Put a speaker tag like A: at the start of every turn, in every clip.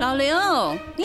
A: 老刘，你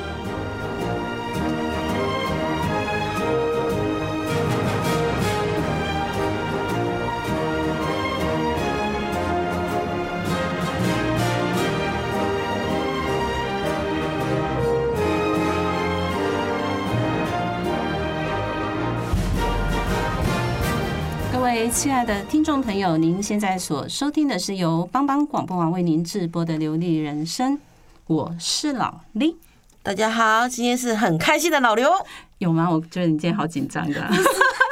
A: 各位亲爱的听众朋友，您现在所收听的是由帮帮广播网为您直播的《流利人生》，我是老李。
B: 大家好，今天是很开心的老 刘，
A: 有吗？我觉得你今天好紧张啊 的，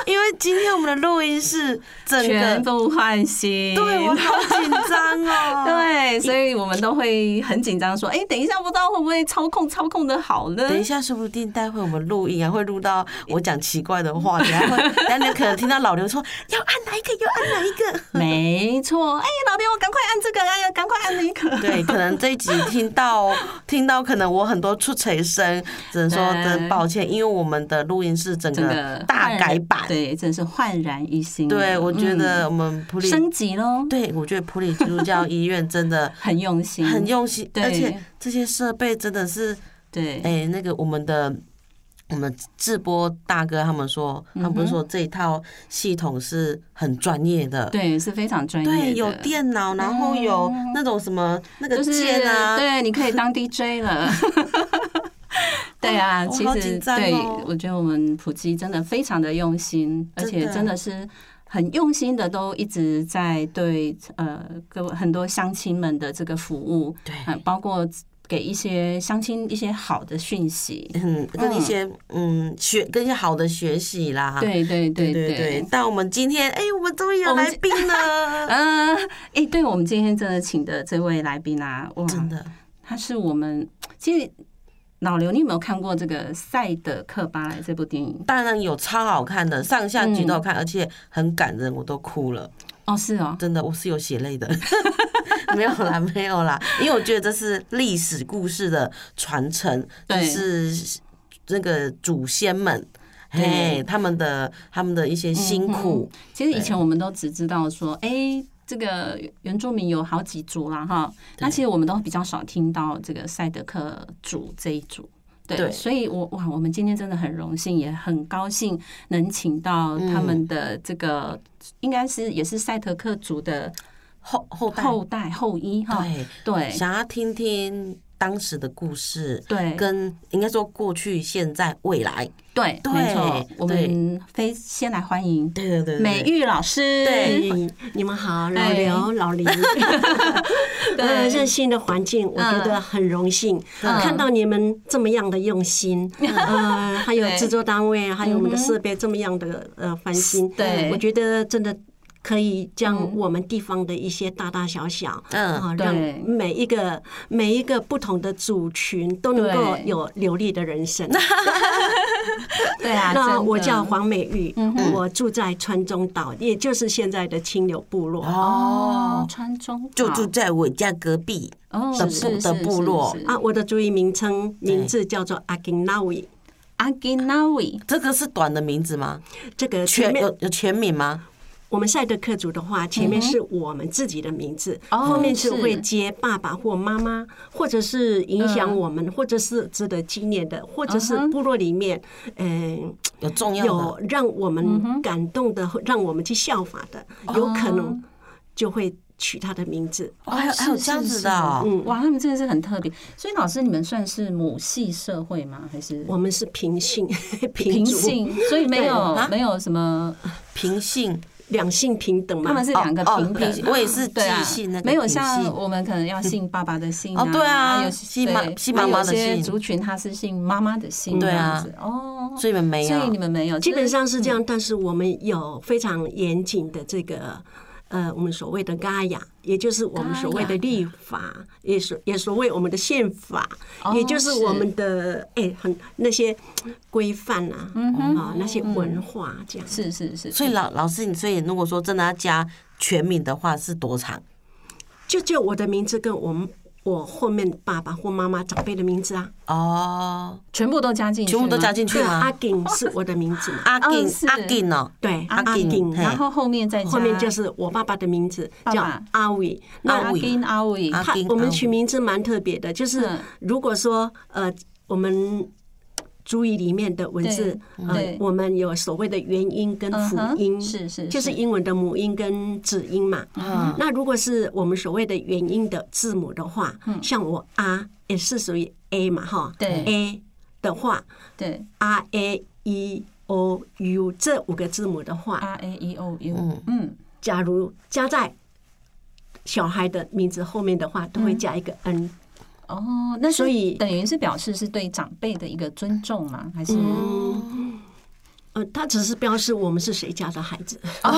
B: 因为今天我们的录音室整
A: 全
B: 个，
A: 部换新。
B: 对我好紧张哦。
A: 对，所以我们都会很紧张，说：“哎，等一下，不知道会不会操控操控的好呢？”
B: 等一下，说不定待会我们录音啊，会录到我讲奇怪的话，等一下会，等一下你可能听到老刘说要按哪一个，要按哪一个。
A: 没错，哎，老刘，我赶快按这个，哎呀，赶快按那个。
B: 对，可能这一集听到 听到，可能我很多出锤声，只能说真抱歉，因为我们的录音室整
A: 整
B: 个
A: 个
B: 大改版
A: 焕然，对，真是焕然一新。
B: 对我觉得我
A: 嗯
B: 们普里，
A: 升级喽，
B: 对我觉得普里基督教医院 真的
A: 很用心，
B: 很用心，
A: 对
B: 而且这些设备真的是，
A: 对，
B: 哎，那个我们的。我们智波大哥他们说，
A: 嗯
B: 他们不是说这一套系统是很专业的，
A: 对，是非常专业的。嗯
B: 对，有电脑，然后有那种什么那个
A: 就是
B: 键啊，
A: 对，你可以当 DJ 了。对啊，
B: 我
A: 其
B: 哦好
A: 实
B: 紧张
A: 对
B: 哦，
A: 我觉得我们普及真的非常的用心，而且真的是很用心的，都一直在对呃各位很多乡亲们的这个服务，
B: 对
A: 呃包括给一些乡亲一些好的讯息。
B: 嗯，跟一些嗯学跟一些好的学习啦。
A: 对对对
B: 对啊对对。但我们今天哎、我们终于有
A: 我们
B: 来宾了，
A: 嗯，哎、对我们今天真的请的这位来宾啊，哇，
B: 真的
A: 他是我们其实老刘，你有没有看过这个《赛德克巴莱》这部电影？
B: 当然有超好看的，上下集都有看，而且很感人，我都哭了，
A: 哦，是哦，
B: 真的我是有血 泪的。没有啦，没有啦，因为我觉得这是历史故事的传承，就
A: 对
B: 是那个祖先们。
A: 对嗯
B: 嘿，他们的他们的一些辛苦，
A: 其实以前我们都只知道说，哎、这个原住民有好几族啦，哈。那其实我们都比较少听到这个赛德克族这一族。对，
B: 对
A: 所以我哇，我们今天真的很荣幸，也很高兴能请到
B: 嗯
A: 他们的这个，应该是也是赛德克族的
B: 后后代，
A: 后代后裔哈。
B: 对，
A: 对
B: 想要听听当时的故事，
A: 对
B: 跟应该说过去、现在、未来，
A: 对，
B: 对
A: 没错。我们
B: 对
A: 非先来欢迎
B: 对对对
A: 美玉老师。
B: 对
C: 嗯，你们好，老
A: 哎
C: 刘、老林。呃，
A: 对
C: 热心的环境，我觉得很荣幸
A: 嗯
C: 看到你们这么样的 用心，呃，还有
A: 对嗯
C: 制作单位，还有我们的设备这么样的呃翻新，
A: 对
C: 我觉得真的。可以将我们地方的一些大大小小，
B: 嗯
C: 啊，
A: 对
C: 让每一个每一个不同的族群都能够
A: 对
C: 有流利的人生。
A: 对啊，
C: 那
A: 真
C: 我
A: 的嗯
C: 叫黄美玉，我住在川中岛，也就是现在的清流部落。
A: 哦
B: 哦，，
A: 川中
B: 就
A: 岛
B: 住在我家隔壁，
A: 哦
B: 的
A: 是
B: 部
A: 是
B: 的
A: 是
B: 部
A: 是
B: 落
A: 是
C: 啊，我的族裔名称名字叫做阿金纳维，
A: 阿基纳维，
B: 这个是短的名字吗？
C: 这个前
B: 全
C: 面
A: 呃
B: 有有全名吗？
C: 我们赛德克族的话，前面是我们自己的名字，
A: 嗯哦
C: 后面是
A: 是
C: 会接爸爸或妈妈，或者是影响我
A: 嗯
C: 们，或者是值得纪念的，或者是部落里面，嗯，
B: 有重要
C: 有
B: 的
C: 让我
A: 嗯
C: 们感动的，让我们去效法的，
A: 哦
C: 有可能就会取他的名字。
B: 哦，还有还有
A: 是
B: 这样
A: 是
B: 子
A: 是
B: 的哦，
C: 嗯
A: 哇，他们真的是很特别。所以老师，你们算是母系社会吗？还是
C: 我 们是平姓，
A: 平
C: 族
A: 性？所以没有
B: 啊
A: 没有什么
B: 平姓
C: 两性平等嘛
A: 他们。是两个
B: 哦哦
A: 平等
B: 平
A: 的、
B: 我也是
A: 对啊
B: 寄信那个
A: 没有
B: 平
A: 像
B: 信
A: 我们可能要姓爸爸的姓
B: 哦对啊
A: 有
B: 姓妈
A: 对
B: 姓妈妈的
A: 有些
B: 姓
A: 族群他是姓妈妈的姓，
B: 对啊
A: 这样子哦，
B: 所以你们没有，
A: 所以你们没有，
C: 基本上是这
A: 样，
B: 嗯
C: 样，但是我们有非常严谨的这个。呃，我们所谓的嘎雅，也就是我们所谓的立法，也所也所谓我们的宪法，
A: 哦
C: 也就是我们的哎、很那些规范啊，
B: 嗯
C: 啊那些文化这样。
A: 是是是，
B: 所以老老师，你所以如果说真的要加全名的话，是多长？
C: 就就我的名字跟我们我后面爸爸或妈妈长辈的名字啊，
B: 哦，
A: 全部都加进去，
B: 全部都加。进去
C: 对啊，阿
B: 吗？
C: 景是我的名字嘛，
B: 阿
A: 哦
B: 进
A: 是
B: 阿进哦，
C: 对，
B: 阿
C: 阿
B: 景
C: 景，
B: 嘿哎
A: 然后后面再加，
C: 后面就是我爸爸的名字
A: 爸
C: 叫
A: 爸
C: 阿伟，那
A: 阿金阿伟，
B: 阿
C: 他
B: 丁
C: 我们
B: 阿
C: 取
B: 武
C: 名字蛮特别的，就是
A: 啊嗯
C: 如果说呃，我们主语里面的文字，
A: 对
C: 呃
A: 对，
C: 我们有所谓的元音跟
A: 嗯
C: 辅
A: 哼
C: 音，
A: 是是
C: 就
A: 是
C: 是英文的母音跟子音嘛。
B: 嗯
C: 那如果是我们所谓的元音的字母的话，像我啊也是属于 A 嘛哈，
A: 嗯对
C: A 的话
A: 对
C: ，R A E O U 这五个字母的话，
A: R A E O U，嗯，
C: 假如加在小孩的名字后面的话，都会
A: 嗯
C: 加一个 N。
A: 哦，那是
C: 所以
A: 等于是表示是对长辈的一个尊重吗？还是
B: 嗯
C: 呃，它只是标示我们是谁家的孩子。
A: 哦，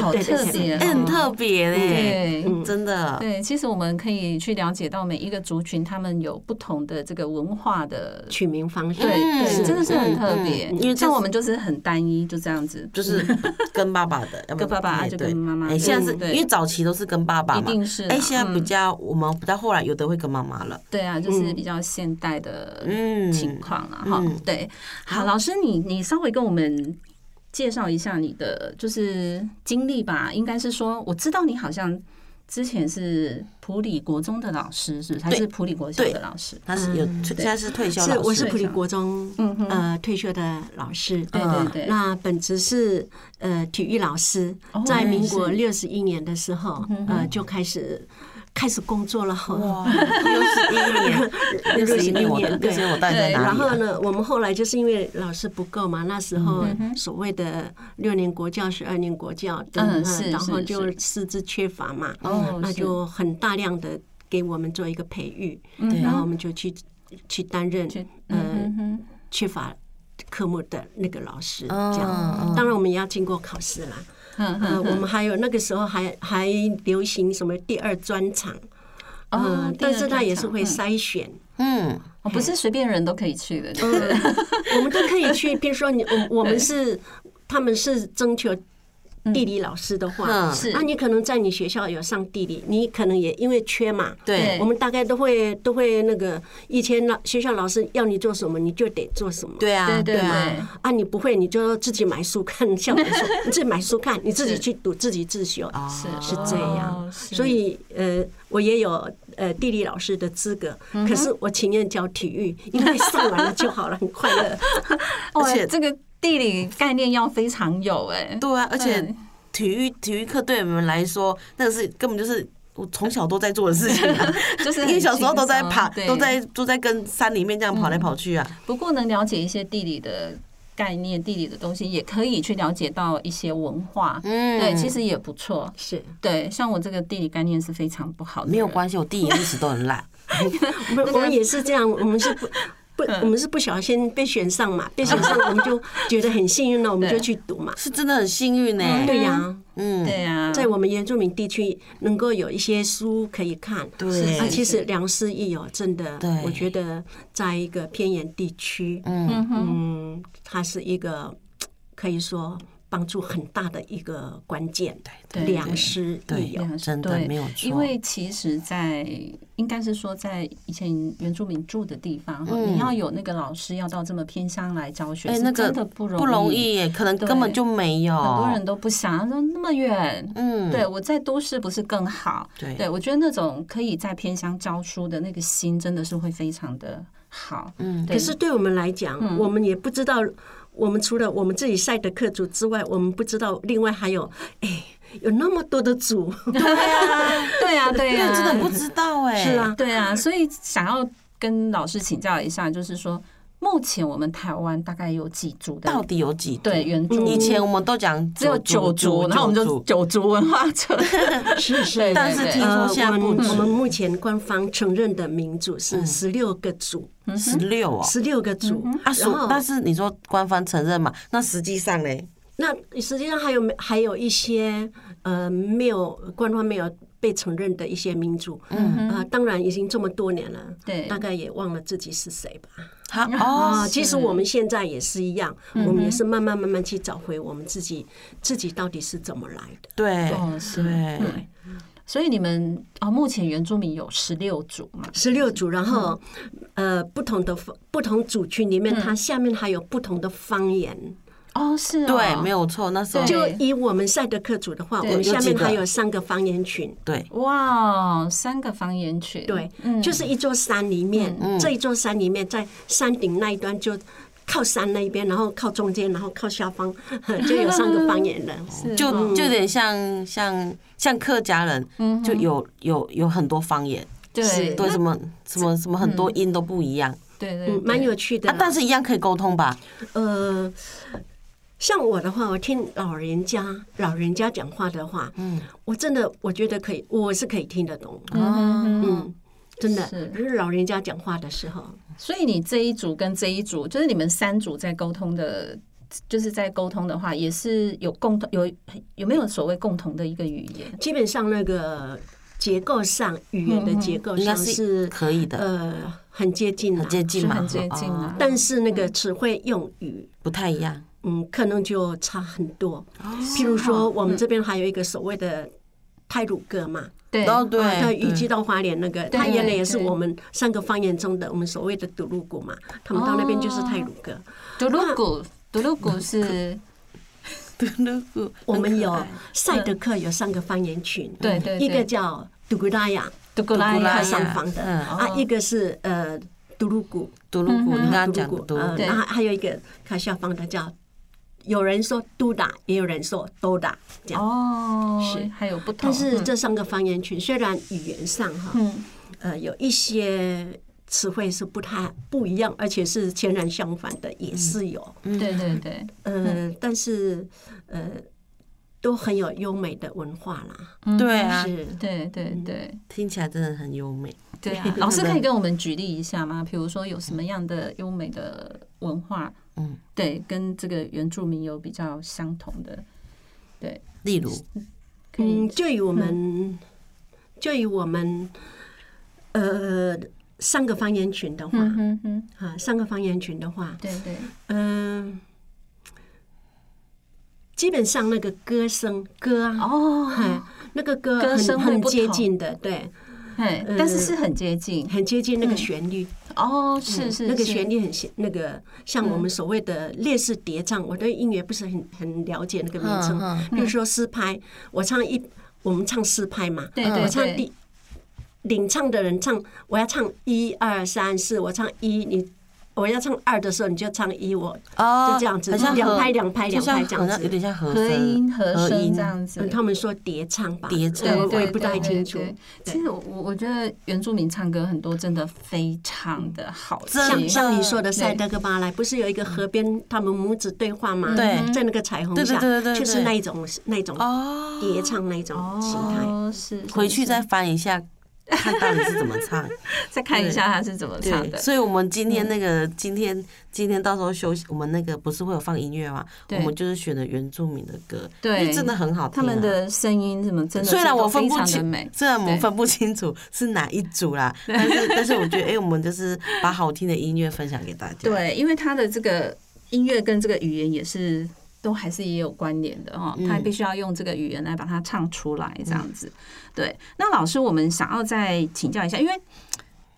A: 好
C: 对对
A: 特别哦，
B: 哎很特别嘞，
A: 对。
B: 真的。
A: 对，其实我们可以去了解到每一个族群，他们有不同的这个文化的，
C: 取名方式，
A: 对
B: 是
A: 对，真的是很特
B: 嗯
A: 别。
B: 嗯因为这
A: 像我们就是很单一，就这样子，
B: 就是 跟爸爸的，要不然
A: 跟爸爸
B: 哎
A: 就
B: 对
A: 跟妈妈
B: 哎，现在是
A: 对
B: 因为早期都是跟爸爸
A: 一
B: 嘛，
A: 定是
B: 哎，
A: 啦
B: 现在比
A: 嗯
B: 较我们比较后来有的会跟妈妈了，
A: 对啊，就是比较现代的
B: 嗯
A: 情况了哈
B: 嗯。
A: 对，好，老师你你稍微跟我们介绍一下你的就是经历吧，应该是说我知道你好像之前是普里国中的老师，是不是？还是普里国小
B: 对
A: 的老师？
B: 他是
A: 嗯
B: 有现在是退休老
C: 是
B: 师，
C: 我是普里国中呃退休的老师。嗯
A: 对对对，
C: 那本职是呃体育老师，在民国
A: 是
C: 六十一年的时候，呃就开始开始工作了。
B: 哇，
A: 嗯
B: 六十一 年，六十一年我
C: 61
B: 六十一
C: 对
B: 我到底在
A: 对
B: 哪里啊？
C: 然后呢，我们后来就是因为老师不够嘛，那时候所谓的六年国教、十二年国教等
A: 嗯
C: 等，
A: 是
C: 然后
A: 是
C: 就是师资缺乏嘛，
B: 嗯
A: 哦
C: 那
A: 是
C: 就很大量的给我们做一个培育，
B: 对
C: 然后我们就去去担任
A: 嗯去
C: 呃
A: 嗯哼
C: 缺乏科目的那个老师这
B: 嗯
C: 样。当然，我们也要经过考试啦。
A: 嗯
C: 呃，我们还有那个时候还还流行什么第二专场，
A: 哦
C: 呃，
A: 第二
C: 但是它
A: 专
C: 也是
A: 场
C: 会
A: 嗯
C: 筛选。
B: 嗯，
A: 哦不是随便人都可以去的，对不对
C: 我们都可以去，比如说你，我我们是，他们是征求地理老师的话，
B: 嗯
A: 是
C: 那你可能在你学校有上地理，你可能也因为缺嘛，
B: 对
C: 我们大概都会都会那个，以前老学校老师要你做什么，你就得做什么。
B: 对啊，
A: 对对
B: 啊，
A: 对，
C: 啊，你不会你就自己买书看，校本书，你自己买书看，你自己去读，自己自修。
B: 啊
A: 是
C: 是这样
A: 哦是
C: 所以呃，我也有呃地理老师的资格，
B: 嗯
C: 可是我情愿教体育，因为上完了就好了，很快 乐。
A: 哇
B: 而且
A: 哦这个地理概念要非常有哎，
B: 对啊，而且
A: 对
B: 体育体育课对我们来说，那个是根本就是。我从小都在做的事情、啊，
A: 就是
B: 因为
A: 很
B: 小时候
A: 轻
B: 都在
A: 松
B: 爬，
A: 对嗯
B: 都在都在跟山里面这样跑来跑去啊。
A: 不过能了解一些地理的概念、地理的东西，也可以去了解到一些文化。
B: 嗯
A: 对，其实也不错。
C: 是。
A: 对，像我这个地理概念是非常不好的，
B: 没有关系，我地理历史都很烂。
C: 不，我们也是这样，我们 是不。不，
B: 嗯
C: 我们是不小心被选上嘛，被选上我们就觉得很幸运了，我们就去读嘛。
B: 是真的很幸运呢、
C: 对呀，
B: 嗯，
A: 对啊，
C: 在我们原住民地区能够有一些书可以看，
B: 对
C: 啊，其实良师益友，真的
B: 对，
C: 我觉得在一个偏远地区，
A: 嗯哼，
C: 嗯，它是一个可以说帮助很大的一个关键，
A: 对
C: 良师益
B: 对
C: 友，
B: 真的
A: 对
B: 没有错
A: 因为其实在，应该是说，在以前原住民住的地方，你要有那个老师要到这么偏乡来教学，
B: 嗯哎、
A: 是
B: 那个
A: 真的不容
B: 不容易耶，可能
A: 对
B: 根本就没有。
A: 很多 人都不想，他说那么远，
B: 嗯，
A: 对我在都市不是更好？
B: 对
A: 我觉得那种可以在偏乡教书的那个心，真的是会非常的好。嗯，
C: 可是对我们来讲，我们也不知道，我们除了我们自己晒的课组之外，我们不知道另外还有，哎，有那么多的组，
B: 啊
A: 对呀、对啊呀、
B: 真的不知道哎、
C: 是啊，
A: 对啊，所以想要跟老师请教一下，就是说。目前我们台湾大概有几族的
B: 到底有几族？
A: 对原住
B: 以
A: 民
B: 前我们都讲
A: 只有九族，然后我们就九族文化村，
C: 是是
A: 对
B: 但是听说现在
C: 呃我们
B: 不
C: 我们
B: 止
C: 目前官方承认的民族是十六个族，
A: 嗯
B: 十六哦。
C: 十六个族。
B: 啊，
C: 然
B: 所
C: 后
B: 但是你说官方承认嘛？那实际上嘞，
C: 那实际上还有没还有一些呃没有官方没有被承认的一些民族，嗯啊、当然已经这么多年了，
A: 对
C: 大概也忘了自己是谁吧。
B: 他
A: 嗯
B: 哦，
C: 啊，其实我们现在也是一样，我们也是慢慢慢慢去找回我们自己，自己到底是怎么来的。
B: 对
A: 哦是
B: 对，
A: 所以你们啊、哦，目前原住民有十六族嘛？
C: 十六组，然后呃，不同的不同组群里面，它下面还有不同的方言。
A: 哦，是哦
B: 对，没有错，那时候
A: 对
C: 就以我们赛德克族的话，我
A: 对
C: 们下
B: 有几
C: 面
B: 个
C: 还有三个方言群。
B: 对，
A: 哇，哦三个方言群，
C: 对，
A: 嗯，
C: 就是一座山里面，
B: 嗯
C: 这一座山里面，在山顶那一端就靠山那一边，然后靠中间，然后靠下方， 就有三个方言了。
A: 是
B: 就
A: 哦
B: 就有点像像像客家人，就有有有很多方言，
A: 嗯对
B: 对什么什么什么很多音都不一样，
A: 对对，
C: 嗯，蛮有趣的
B: 啊
C: 啦。，
B: 但是一样可以沟通吧？
C: 呃，像我的话，我听老人家老人家讲话的话，嗯，我真的我觉得可以，我是可以听得懂。嗯，真的，
A: 是
C: 就是老人家讲话的时候，
A: 所以你这一组跟这一组，就是你们三组在沟通的，就是在沟通的话，也是有共同有有没有所谓共同的一个语言？
C: 基本上那个结构上语言的结构
B: 嗯应该
C: 上
B: 是
C: 是
B: 可以的，
C: 呃很接近
B: 很
C: 的，
B: 接近
A: 是
B: 嘛，
A: 很接近
B: 哦
A: 啊
C: 但是那个词汇用语，
B: 不太一样。
C: 嗯，可能就差很多。譬如说，我们这边还有一个所谓的泰鲁歌嘛，
A: 对，
B: 哦，对，
C: 啊，
B: 对
C: 移居到花莲那个，
A: 对
C: 他原来也是
A: 对
C: 我们三个方言中的我们所谓的独鹿谷嘛，他们到那边就是泰鲁
A: 哦
C: 哥。
A: 独鲁古，独鲁古是，
B: 那个
C: 我们有
B: 很可爱
C: 赛德克有三个方言群，
A: 对对对
C: 一个叫独古拉雅，
A: 独古拉雅哦
C: 靠上方的
B: 嗯
C: 啊，一个是呃独鹿谷，
B: 独鹿谷，你刚刚
C: 独
B: 讲
C: 鹿
B: 的
C: 谷，
B: 独嗯
C: 呃
B: 鹿
A: 对
C: 然后还有一个靠下方的叫，有人说都达，也有人说都达这样。
A: 哦，
C: 是
A: 还有不同，
C: 但是这三个方言群虽然语言上哈，
A: 嗯
C: 呃，有一些词汇是不太不一样，而且是截然相反的，也是有。
A: 嗯对对对，
C: 呃，但是呃，都很有优美的文化啦。
B: 谷，对啊，
C: 是，
A: 嗯对对对
B: 听起来真的很优美。
A: 对啊！老师可以跟我们举例一下吗？比如说有什么样的优美的文化，
B: 嗯，
A: 对，跟这个原住民有比较相同的，对，
B: 例如，
A: 可以嗯
C: 嗯，就以我们，就以我们，呃，三个方言群的话，
A: 嗯哼哼，
C: 啊，三个方言群的话，
A: 对对，
C: 嗯、基本上那个歌声歌啊，
A: 哦，
C: 哎，那个歌
A: 歌声
C: 很
A: 会
C: 很
A: 不
C: 接
A: 同
C: 近的，对，
A: 哎，但是是很接近，
C: 很接近那个旋律。
A: 哦，嗯是是
C: 那个
A: 是嗯
C: 旋律很像那个像我们所谓的列式叠唱，我对音乐不是很很了解那个名称
B: 嗯。
C: 比如说四拍，我唱一，我们唱四拍嘛，
A: 对对
C: 我唱
A: 对
C: 第领唱的人唱，我要唱一二三四，我唱一你。我要唱二的时候，你就唱一，我
B: 哦
C: 就这样子
B: 很像，合
C: 两拍两拍
B: 就
C: 两
B: 像
C: 拍这
B: 好
C: 样
B: 像有点
C: 子。
B: 像和
A: 合音和声
B: 音
A: 这样子
C: 嗯，他们说叠唱吧，
B: 叠唱
C: 我
A: 对
C: 我也
A: 对，
C: 不太
A: 对
C: 清楚。
A: 对其实我我我觉得原住民唱歌很多真的非常的好听，
B: 真
C: 像
B: 的
C: 像你说的
A: 对
C: 塞德哥巴莱，不是有一个河边他们母子对话吗？
B: 嗯对
C: 在那个彩虹
B: 对对
C: 下，
B: 对对对
C: 就是
B: 对
C: 那一种那一种
B: 哦。
C: 叠唱那一种形态。
A: 哦，是是
B: 回去
A: 是
B: 再翻一下，看到底是怎么唱。
A: 再看一下他是怎么唱
B: 对，
A: 的。
B: 所以我们今天那个今天今天到时候休息，我们那个不是会有放音乐吗？我
A: 对
B: 们就是选的原住民的歌，
A: 对
B: 因为真的很好听啊。
A: 他们的声音怎么真的是
B: 虽然我
A: 都
B: 分
A: 非
B: 不
A: 常的美
B: 清，，虽然我们
A: 对
B: 分不清楚是哪一组啦，但是但是我觉得，哎、我们就是把好听的音乐分享给大家。，
A: 对，因为他的这个音乐跟这个语言也是都还是也有关联的哈、
C: 嗯
A: 他必须要用这个语言来把它唱出来，这样子。对，那老师，我们想要再请教一下，因为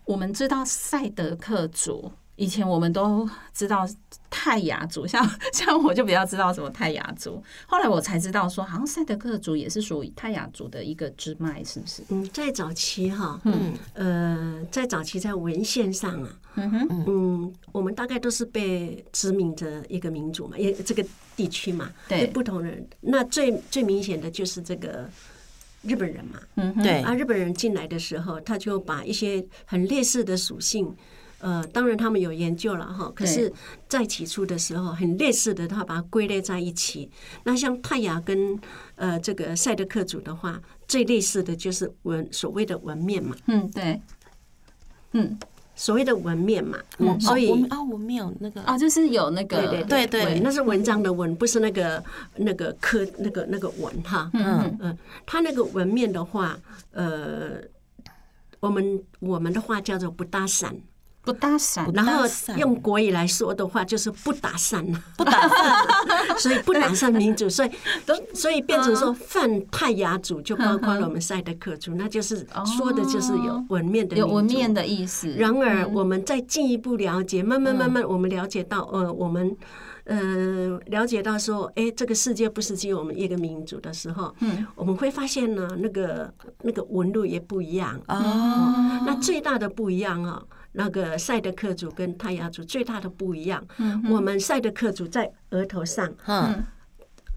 A: 我们知道赛德克族。以前我们都知道泰雅族，像像我就比较知道什么泰雅族，后来我才知道说，好像赛德克族也是属于泰雅族的一个支脉，是不是？
C: 嗯，在早期哈，嗯呃，在早期在文献上啊，嗯哼，嗯，我们大概都是被殖民的一个民族嘛，也这个地区嘛，
A: 对
C: 被不同人。那最最明显的就是这个日本啊人嘛，
A: 嗯
B: 对
C: 啊，日本人进来的时候，他就把一些很劣势的属性，呃，当然他们有研究了哈，可是，在起初的时候，很类似的，他把它归类在一起。那像泰雅跟呃这个赛德克族的话，最类似的就是纹所谓的纹面嘛，
A: 嗯，对，嗯，
C: 所谓的纹面嘛，嗯，所
B: 我
C: 以
B: 们。啊，我们有那个
A: 啊，就是有那个，
C: 对
B: 对对
C: 对，那是文章的文，不是那个那个科那个那个文哈。
A: 嗯，
C: 嗯，它那个纹面的话，呃，我们我们的话叫做不搭伞，
A: 不搭伞，
C: 然后
B: 搭伞
C: 用国语来说的话，就是不打散，不打散， 所以不打散民族，所以所以变成
A: 嗯
C: 说泛泰雅族就包括了我们赛德克族，那就是说的就是有文面的
A: 哦有文
C: 民族
A: 面。的意思。
C: 然而，我们再进一步了解，慢慢慢慢，我们了解到，呃，我们呃了解到说，哎，这个世界不是只有我们一个民族的时候，嗯，我们会发现呢，那个那个纹路也不一样，
B: 哦，
C: 那最大的不一样啊、那个赛德克族跟泰雅族最大的不一样，我们赛德克族在额头上，
B: 嗯，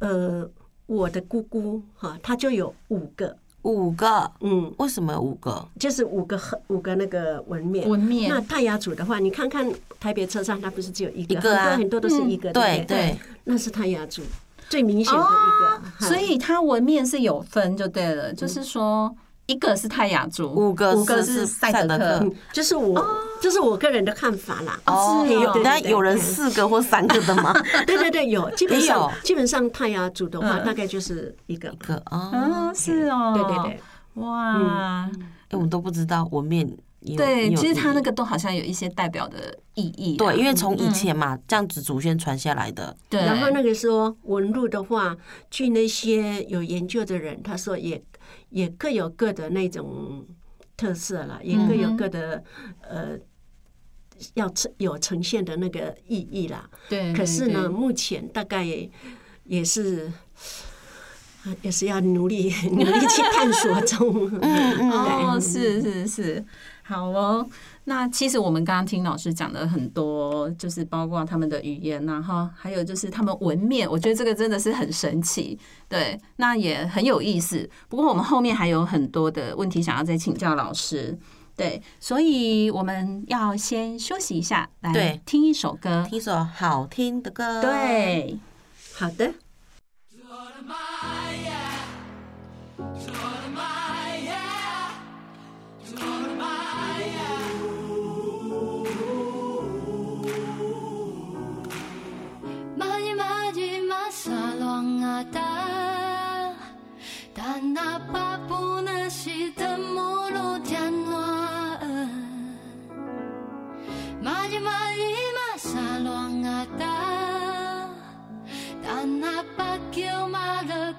C: 呃，我的姑姑哈，她就有五个，
B: 五个，
C: 嗯，
B: 为什么有五个？
C: 就是五个横五个那个纹面。
A: 纹面
C: 那泰雅族的话，你看看台北车站，它不是只有一个，
B: 一个啊
C: 很多很多都是一个，
B: 对
C: 不对，
B: 对，
C: 那是泰雅族最明显的一个。哈
A: 所以它纹面是有分就对了，就是说一个是泰雅族，
B: 五个
A: 五个
B: 是
A: 是
B: 赛
A: 赛德
B: 德克
A: 克
C: 嗯，就是我，这是我个人的看法啦。
A: 哦是哦
C: 啊对
B: 那
C: 对对
B: 有人四个或三个的吗？
C: 对对对，有，基本上
B: 也
C: 基本上泰雅族的话，
A: 嗯
C: 大概就是一个，
B: 一个啊，
A: 啊，是哦，
C: 嗯对对对，。
A: 哇，
B: 哎，我都不知道，我面也有
A: 对，
B: 也有
A: 其实它
B: 意义
A: 那个都好像有一些代表的意义啊，
B: 对，因为从以前嘛，这样子祖先传下来的，
A: 对，
C: 然后那个时候纹路的话，据那些有研究的人，他说也也各有各的那种特色
A: 嗯
C: 了，也各有各的、呃要呈有呈现的那个意义啦。
A: 对，
C: 可是呢，
A: 对，
C: 目前大概也也是。呃也是要努力 努力去探索中，
A: 对哦，是是是，好哦。那其实我们刚刚听老师讲了很多，就是包括他们的语言、然后还有就是他们纹面，我觉得这个真的是很神奇，对，那也很有意思。不过我们后面还有很多的问题想要再请教老师，对，所以我们要先休息一下，来
B: 对
A: 听一首歌，
B: 听一首好听的歌，，
A: 对。
C: 好的，
D: 많이 많이 마사랑하다 단나 바쁘는 시든 모로 잔와 많이 많이 마사랑하다 단나 바뀌어 말을 음.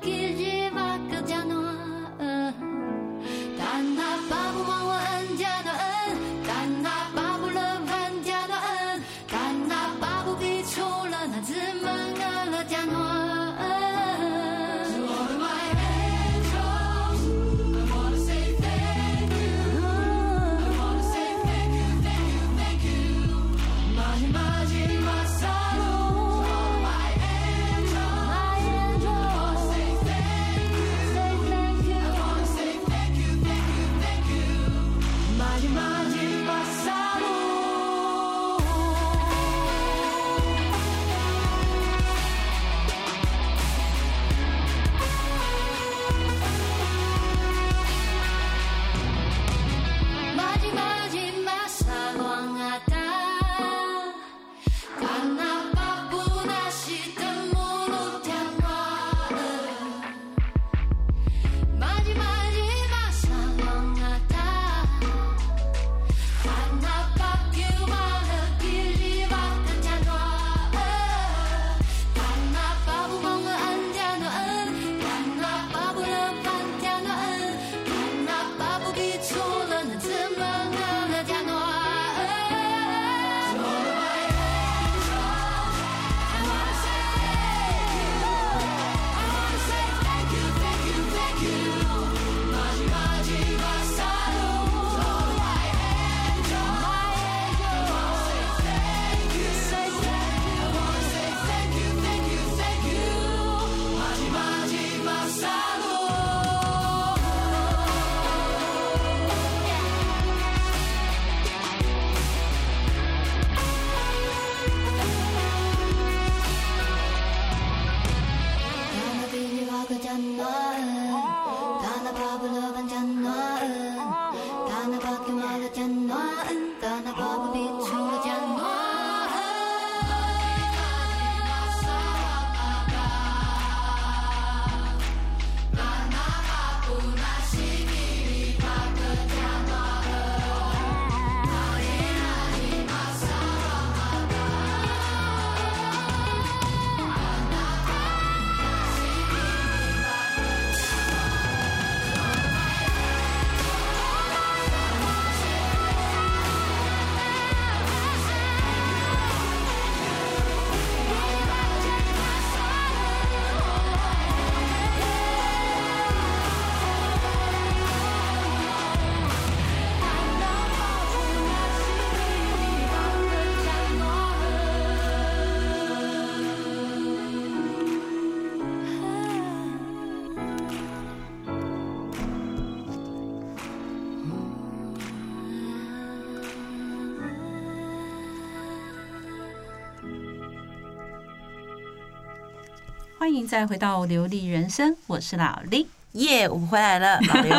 A: 欢迎再回到流利人生，我是老李。
B: 耶我回来了，老刘，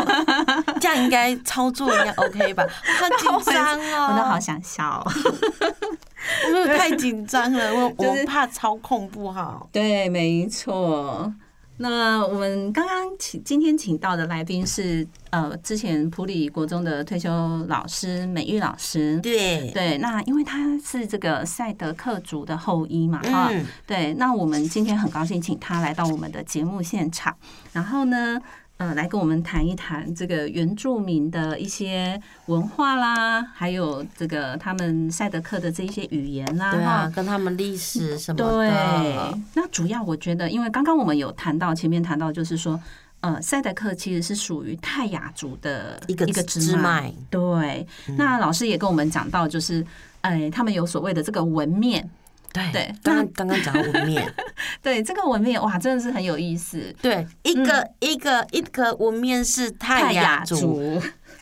B: 这样应该操作应该 OK 吧？好紧张哦，
A: 我都好想笑。哦
B: 我没有太紧张 了，我
A: 就
B: 我
A: 是
B: 怕操控不好。
A: 对，没错。那我们刚刚请今天请到的来宾是呃，之前普里国中的退休老师美玉老师。
B: 对，
A: 对，那因为他是这个赛德克族的后裔嘛，哈、
B: 嗯，
A: 对，那我们今天很高兴请他来到我们的节目现场，然后呢，呃，来跟我们谈一谈这个原住民的一些文化啦，还有这个他们赛德克的这一些语言啦，
B: 对
A: 哈
B: 啊，跟他们历史什么
A: 对
B: 的，，
A: 那主要我觉得，因为刚刚我们有谈到，前面谈到就是说，呃，赛德克其实是属于泰雅族的
B: 一个
A: 一个
B: 支
A: 支
B: 脉。嗯
A: 对，那老师也跟我们讲到，就是，哎，他们有所谓的这个纹面，
B: 对
A: 对
B: 刚刚刚刚讲到纹面，
A: 对，这个纹面哇，真的是很有意思。
B: 对，一个一个一个纹面是泰雅族，
A: 族，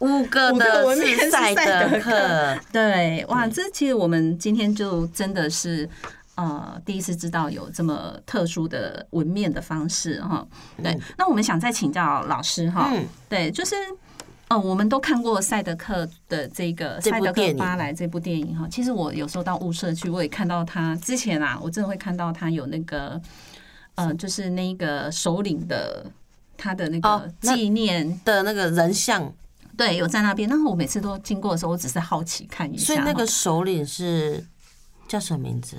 B: 五个
A: 五个
B: 的
A: 纹面
B: 是
A: 是
B: 赛
A: 赛
B: 德
A: 德
B: 克，
A: 对，哇，这其实我们今天就真的是。呃，第一次知道有这么特殊的纹面的方式哈，对。那我们想再请教老师哈，
B: 嗯，
A: 对，就是呃，我们都看过赛德克的这个《
B: 这部
A: 赛德
B: 电
A: 克
B: 影
A: 巴莱》这部电影哈。其实我有时候到雾社去，我也看到他之前啊，我真的会看到他有那个呃，就是那个首领的他的那
B: 哦
A: 个
B: 那
A: 纪念，
B: 的那个人像，
A: 对，有在那边。那我每次都经过的时候，我只是好奇看一下
B: 所
A: 哈，
B: 以那个首领是叫什么名字？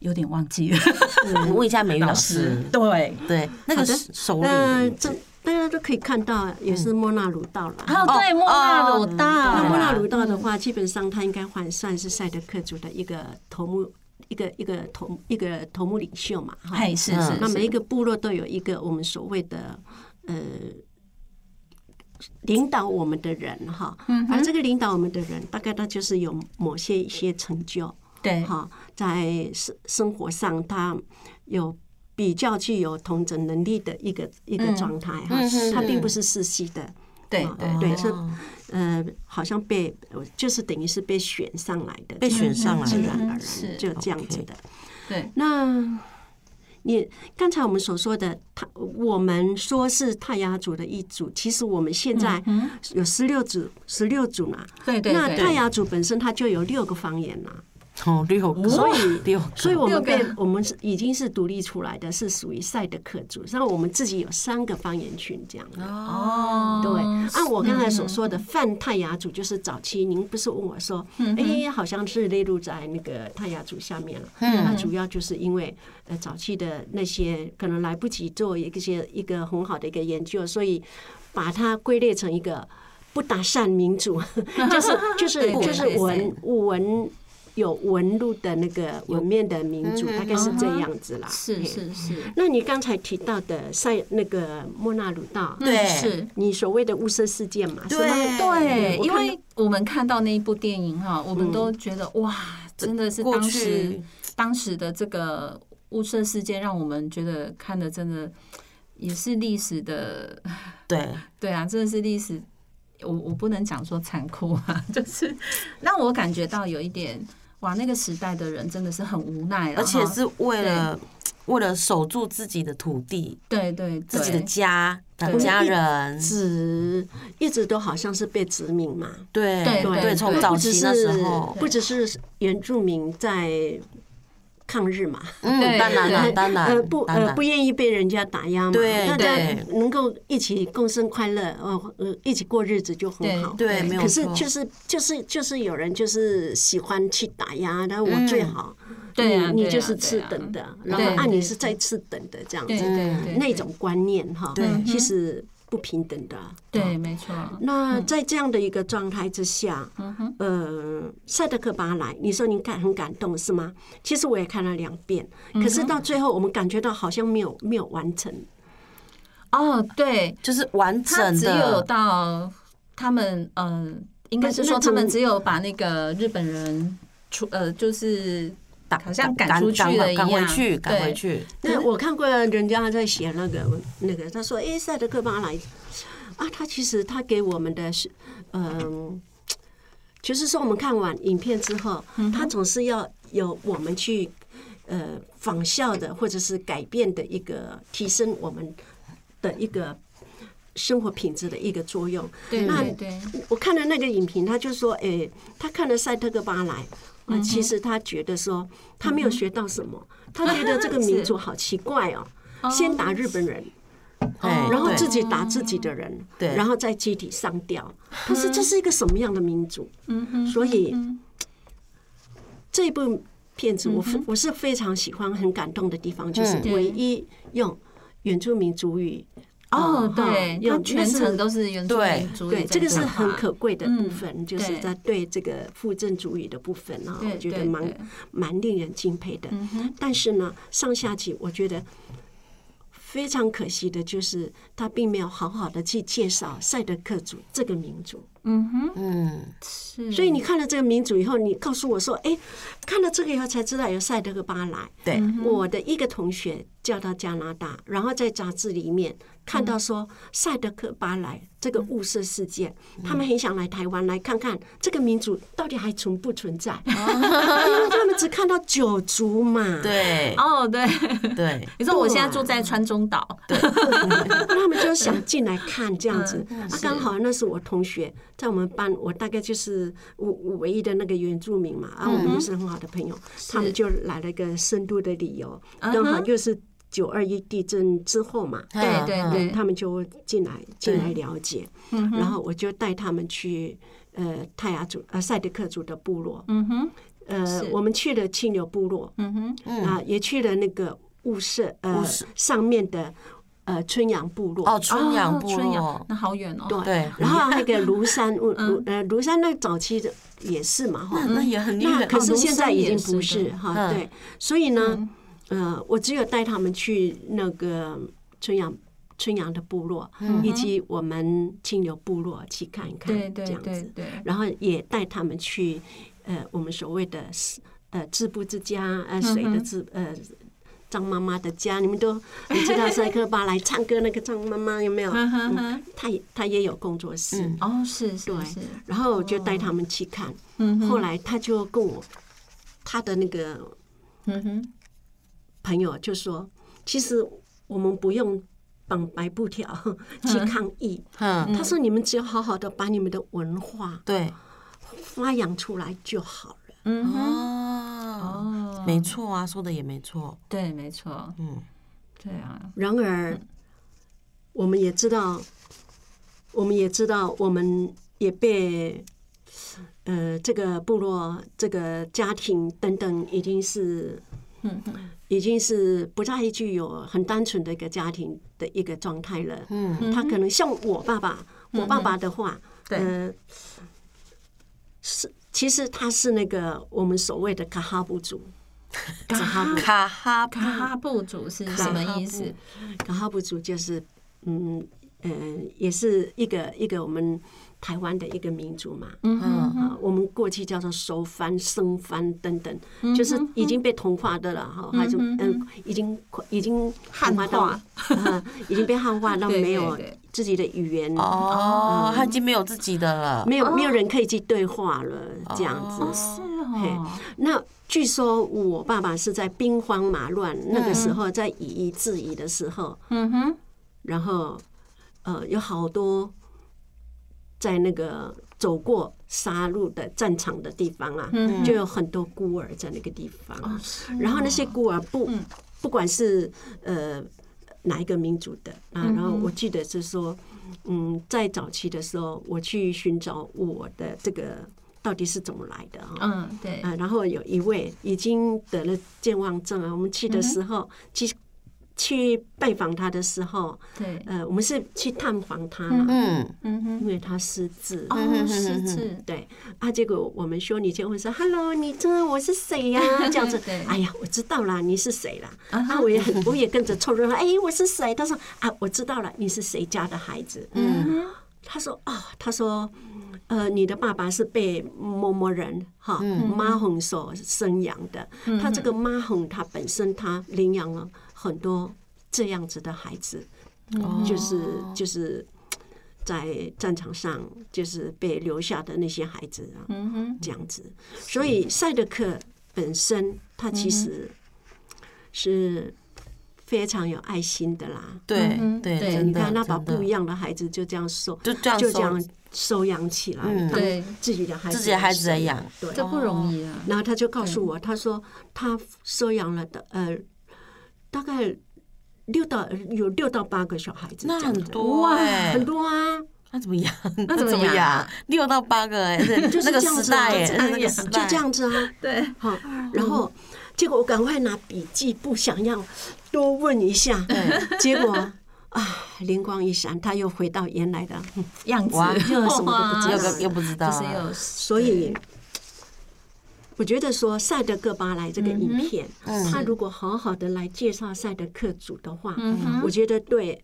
A: 有点忘记了。
B: 嗯问一下美语老师。
A: 对，
B: 对，那个
C: 好的
B: 首
C: 那
B: 领
C: 这大家都可以看到，也是
A: 嗯
C: 莫纳鲁道了。
A: 哦，对，莫纳鲁
B: 哦
A: 大，
C: 那
B: 对
C: 莫
B: 啦
C: 纳鲁道的话，基本上它应该换算是赛德克族的一个头目，一个一个头一个头目领袖嘛，哈。
A: 嘿，是是
B: 嗯，
C: 那
A: 是
C: 每一个部落都有一个我们所谓的呃领导我们的人哈，嗯，而这个领导我们的人，大概他就是有某些一些成就，
A: 对，
C: 哈，在生生活上他有。比较具有同整能力的一个一个
A: 嗯
C: 状态哈
B: 嗯是，
C: 他并不是世袭的，
A: 对
C: 啊
A: 对
C: 对，是呃，好像被呃就是等于是被选上来的，
B: 被选上来的
C: 自然而
A: 嗯是
C: 然就这样子
B: OK
C: 的。
A: 对，
C: 那你刚才我们所说的，他我们说是泰雅族的一组，其实我们现在有十六组，十六组呢。
A: 嗯对对
C: 那泰
A: 对，
C: 雅族本身它就有六个方言呐，
B: 哦，六个，
C: 所以
B: 六个，
C: 所以我们被
A: 六
C: 我们是已经是独立出来的，是属于赛德克族，然后我们自己有三个方言群这样。
A: 哦
C: 对，按我刚才所说的泛泰雅族，就是早期您不是问我说，
A: 嗯
C: 哎，好像是列入在那个泰雅族下面了。
A: 嗯
C: 那主要就是因为呃早期的那些可能来不及做一个些一个很好的一个研究，所以把它归类成一个不搭讪民 族，就是就是
A: 对对
C: 就是
A: 对
C: 文文。有纹路的那个纹面的民族，大概是这样子啦。
A: 嗯是
C: 嘿。
A: 是是，
C: 那你刚才提到的塞那个莫纳鲁道，
B: 对
A: 是。
C: 你所谓的雾社事件嘛，是吗？
A: 嗯对，
C: 我
A: 因
C: 看
A: 为我们看到那一部电影哈，我们都觉得哇，真的是
B: 过
A: 当时
B: 去
A: 当时的这个雾社事件，让我们觉得看的真的也是历史的，
B: 对，
A: 对啊，真的是历史。我我不能讲说残酷啊， 就是让我感觉到有一点哇，那个时代的人真的是很无奈啊了哈，
B: 而且是为了为了守住自己的土地、
A: 对对
B: 自己的
A: 对
B: 家、
A: 对
B: 家人，
C: 只一直都好像是被殖民嘛，
B: 对
A: 对对
B: 对，从
A: 对
B: 早
C: 不只
B: 期
C: 是
B: 那时候，
C: 不只是原住民在抗日嘛，
B: 嗯，
A: 对
B: 当然了，
A: 对
B: 当
C: 呃
B: 然，
C: 不
B: 当
C: 呃
B: 然
C: 不，愿意被人家打压嘛，
B: 对
C: 大家
B: 对
C: 能够一起共生快乐，呃呃一起过日子就很好。
B: 对，没有
C: 可是
B: 错
C: 就是就是就是有人就是喜欢去打压，然后
B: 嗯
C: 我最好，
A: 对啊对
C: 你你
A: 啊
C: 就是
A: 对
C: 次
A: 啊
C: 等的，
A: 对
C: 然后啊
A: 对
C: 你是再次等的这样
A: 对
C: 子，
A: 对对嗯
C: 那种观念哈，嗯
B: 对
C: 其实不平等的。
A: 对，没错，
C: 那在这样的一个状态之下，
A: 嗯
C: 呃，赛德克巴莱，你说你感很感动是吗？其实我也看了两遍，
A: 嗯
C: 可是到最后我们感觉到好像没有没有完成，
A: 哦对，
B: 就是完
A: 他
B: 整
A: 只有
B: 的，
A: 到他们呃，应该是
C: 那
A: 说
C: 那
A: 他
C: 种
A: 们只有把那个日本人出呃，就是
B: 打
A: 好像
B: 赶
A: 赶出去
B: 赶
A: 了一
B: 赶回
A: 样
B: 去，赶回
A: 对
B: 去，
C: 那我看过人家在写那个那个，他说：“哎，赛德克巴莱啊，他其实他给我们的是，嗯，
A: 嗯
C: 就是说我们看完影片之后，他总是要有我们去呃仿效的或者是改变的一个提升我们的一个生活品质的一个作用。
A: 对
C: 那
A: 对对，
C: 我看了那个影评，他就说，诶、他看了塞特克巴莱，啊，其实他觉得说他没有学到什么，他觉得这个民族好奇怪哦，先打日本人，
B: 哎
C: 然后
B: 对
C: 自己打自己的人，
B: 对
C: 然后再集体上吊。他说这是一个什么样的民族？所以这部片子我非我是非常喜欢、很感动的地方，就是
B: 嗯
C: 唯一用原住民族语。
A: 哦
C: 嗯，
A: 对，
C: 用
A: 它全
C: 就是
A: 程都是原住民
B: 对
A: 族
C: 对，
A: 语
C: 这
A: 在
C: 个是
A: 讲
C: 很
A: 话
C: 可贵的部分，
A: 嗯
C: 就是
A: 对
C: 在对这个附赠主语的部分啊，
A: 对
C: 我觉得
A: 对
C: 蛮
A: 对嗯
C: 蛮令人敬佩的。但是呢，上下集我觉得非常可惜的就是，他并没有好好的去介绍赛德克族这个民族。
A: 嗯哼，
B: 嗯，
A: 是，
C: 所以你看了这个民族以后，你告诉我说，哎，看了这个以后才知道有赛德克巴莱。
B: 对，
C: 我的一个同学叫到加拿大，然后在杂志里面看到说赛德克巴莱这个雾社事件，他们很想来台湾来看看这个民族到底还存不存在， 因为他们只看到九族嘛，
B: 对，
A: 哦， 对，
B: 对，
A: 你说我现在住在川中岛，
C: 他们就想进来看这样子。啊，刚好那是我同学在我们班，我大概就是我我唯一的那个原住民嘛，啊，我们就是很好的朋友，他们就来了一个深度的理由，刚好又是九二一地震之后嘛，啊
A: 对对对，
C: 他们就进来进来了解，然后我就带他们去呃泰雅族呃赛德克族的部落，
A: 嗯哼，
C: 呃
A: 是
C: 我们去了青牛部落，
A: 嗯哼，
C: 啊也去了那个雾社呃
B: 雾社
C: 上面的呃春阳部落
B: 哦，春阳
A: 哦
B: 部
A: 春
B: 落
A: 阳，那好远哦，嗯
C: 对，
B: 对
C: 然后那个庐山，我庐呃庐山那早期的也是嘛哈，
B: 那也很
C: 那
B: 远，
C: 可是
A: 哦庐
C: 现在
A: 山
C: 已
A: 也
C: 经
A: 是嗯
C: 不
A: 的
C: 是哈，
B: 嗯
C: 对，所以呢，呃，我只有带他们去那个春阳春阳的部落，以及我们清流部落去看一看
A: 嗯对，
C: 这
A: 对
C: 样
A: 对
C: 子，
A: 对，
C: 然后也带他们去呃我们所谓的呃自不之家，
A: 嗯
C: 呃谁的自呃。张妈妈的家，你们都你知道塞克巴来唱歌那个张妈妈有没有？
A: 嗯哼哼，
C: 他也他也有工作室，
B: 嗯
A: 哦，是是
C: 对
A: 是，
C: 然后我就带他们去看。
A: 嗯
B: 哦
A: 哼，
C: 后来他就跟我他的那个
A: 嗯哼，
C: 朋友就说，其实我们不用绑白布条 去抗议。
B: 嗯，
C: 他说：“你们只要好好的把你们的文化
B: 对，
C: 发扬出来就好了。
A: 嗯哼，
B: 哦，
A: 哦，
B: 没错啊，说的也没错，
A: 对，没错，
B: 嗯，
A: 对啊，”
C: 然而，我们也知道，我们也知道，我们也被呃这个部落、这个家庭等等，已经是
A: 嗯哼，
C: 已经是不再具有很单纯的一个家庭的一个状态了。
B: 嗯，
C: 他可能像我爸爸，我爸爸的话，
A: 对
C: 呃，是其实他是那个我们所谓的卡哈布族，卡哈布
B: 卡哈布
A: 卡哈布族是什么意思？
C: 卡哈布族就是嗯呃，也是一个一个我们台湾的一个民族嘛。
A: 嗯哼，
C: 啊，我们过去叫做熟番、生番等等，
A: 嗯
C: 就是已经被同化的了哈，还是嗯，已经已经
A: 汉
C: 同到
A: 化，
C: 呃已经被汉化 到
A: 对对
C: 没有
A: 对
C: 自己的语言，
B: 哦，他已经没有自己的了，
C: 没有
A: 哦
C: 没有人可以去对话了，这样
B: 哦
C: 子。嘿
A: 哦，
C: 那据说我爸爸是在兵荒马乱那个时候，在以夷制夷的时候，
A: 嗯哼，
C: 然后呃，有好多在那个走过杀戮的战场的地方啊，就有很多孤儿在那个地方。
A: 哦
C: 啊然后那些孤儿不、不管是呃哪一个民族的啊，然后我记得是说，嗯，在早期的时候，我去寻找我的这个到底是怎么来的啊。
A: 嗯，对，
C: 啊，然后有一位已经得了健忘症啊，我们去的时候，去去拜访他的时候，
A: 对，
C: 呃，我们是去探访他嘛，
B: 嗯，
A: 嗯哼，
C: 因为他失智。
A: 哦，是是，
C: 对啊，结果我们说你结婚说，Hello，你这我是谁呀、这样子
A: 对，
C: 哎呀，我知道啦，你是谁啦？啊，我也很，我也跟着凑热闹，哎，我是谁？他说啊，我知道了，你是谁家的孩子？嗯，他说哦，他说，呃，你的爸爸是被某某人哈
B: 嗯
C: 妈哄所生养的，他这个妈哄他本身他领养了很多这样子的孩子，
B: 嗯
C: 就是
B: 哦
C: 就是在战场上就是被留下的那些孩子啊，
A: 嗯哼，
B: 嗯
C: 这样子。所以赛德克本身他其实是非常有爱心的啦。
B: 对
A: 嗯哼
B: 对，
A: 对
B: 真
C: 你
B: 的
C: 看，他把
B: 真的
C: 不一样的孩子就这样收，
B: 就这样
C: 就这
B: 收
C: 样收养起来，
B: 嗯
C: 当
A: 对
C: 自己的孩子，
B: 自己的孩子来养，
C: 对。
A: 这不容易啊。
C: 然后他就告诉我，他说他收养了的呃，大概六到有六到八个小孩子这
B: 那
C: 样子，
B: 很
A: 哦
B: 多
C: 哇，
B: 欸
C: 很多啊，
B: 那怎么 养？
A: 那怎么
B: 怎么
A: 养
B: 养？六到八个哎，那
C: 就是
B: 那个
C: 这样
B: 时
C: 子啊，
B: 代哎，
C: 就
B: 那个时代哦
C: 就这样子啊，
A: 对，
C: 好，然后结果我赶快拿笔记簿，想要多问一下，结果啊，灵光一闪，他又回到原来的，嗯
A: 样子
B: 哇
C: 又什么都不知
B: 又
C: 道
B: 不又不知道
A: 就是
B: 啊，
A: 有
C: 所以。我觉得说赛德克巴莱这个影片，
A: 嗯
C: 他如果好好的来介绍赛德克族的话，
A: 嗯
C: 嗯我觉得对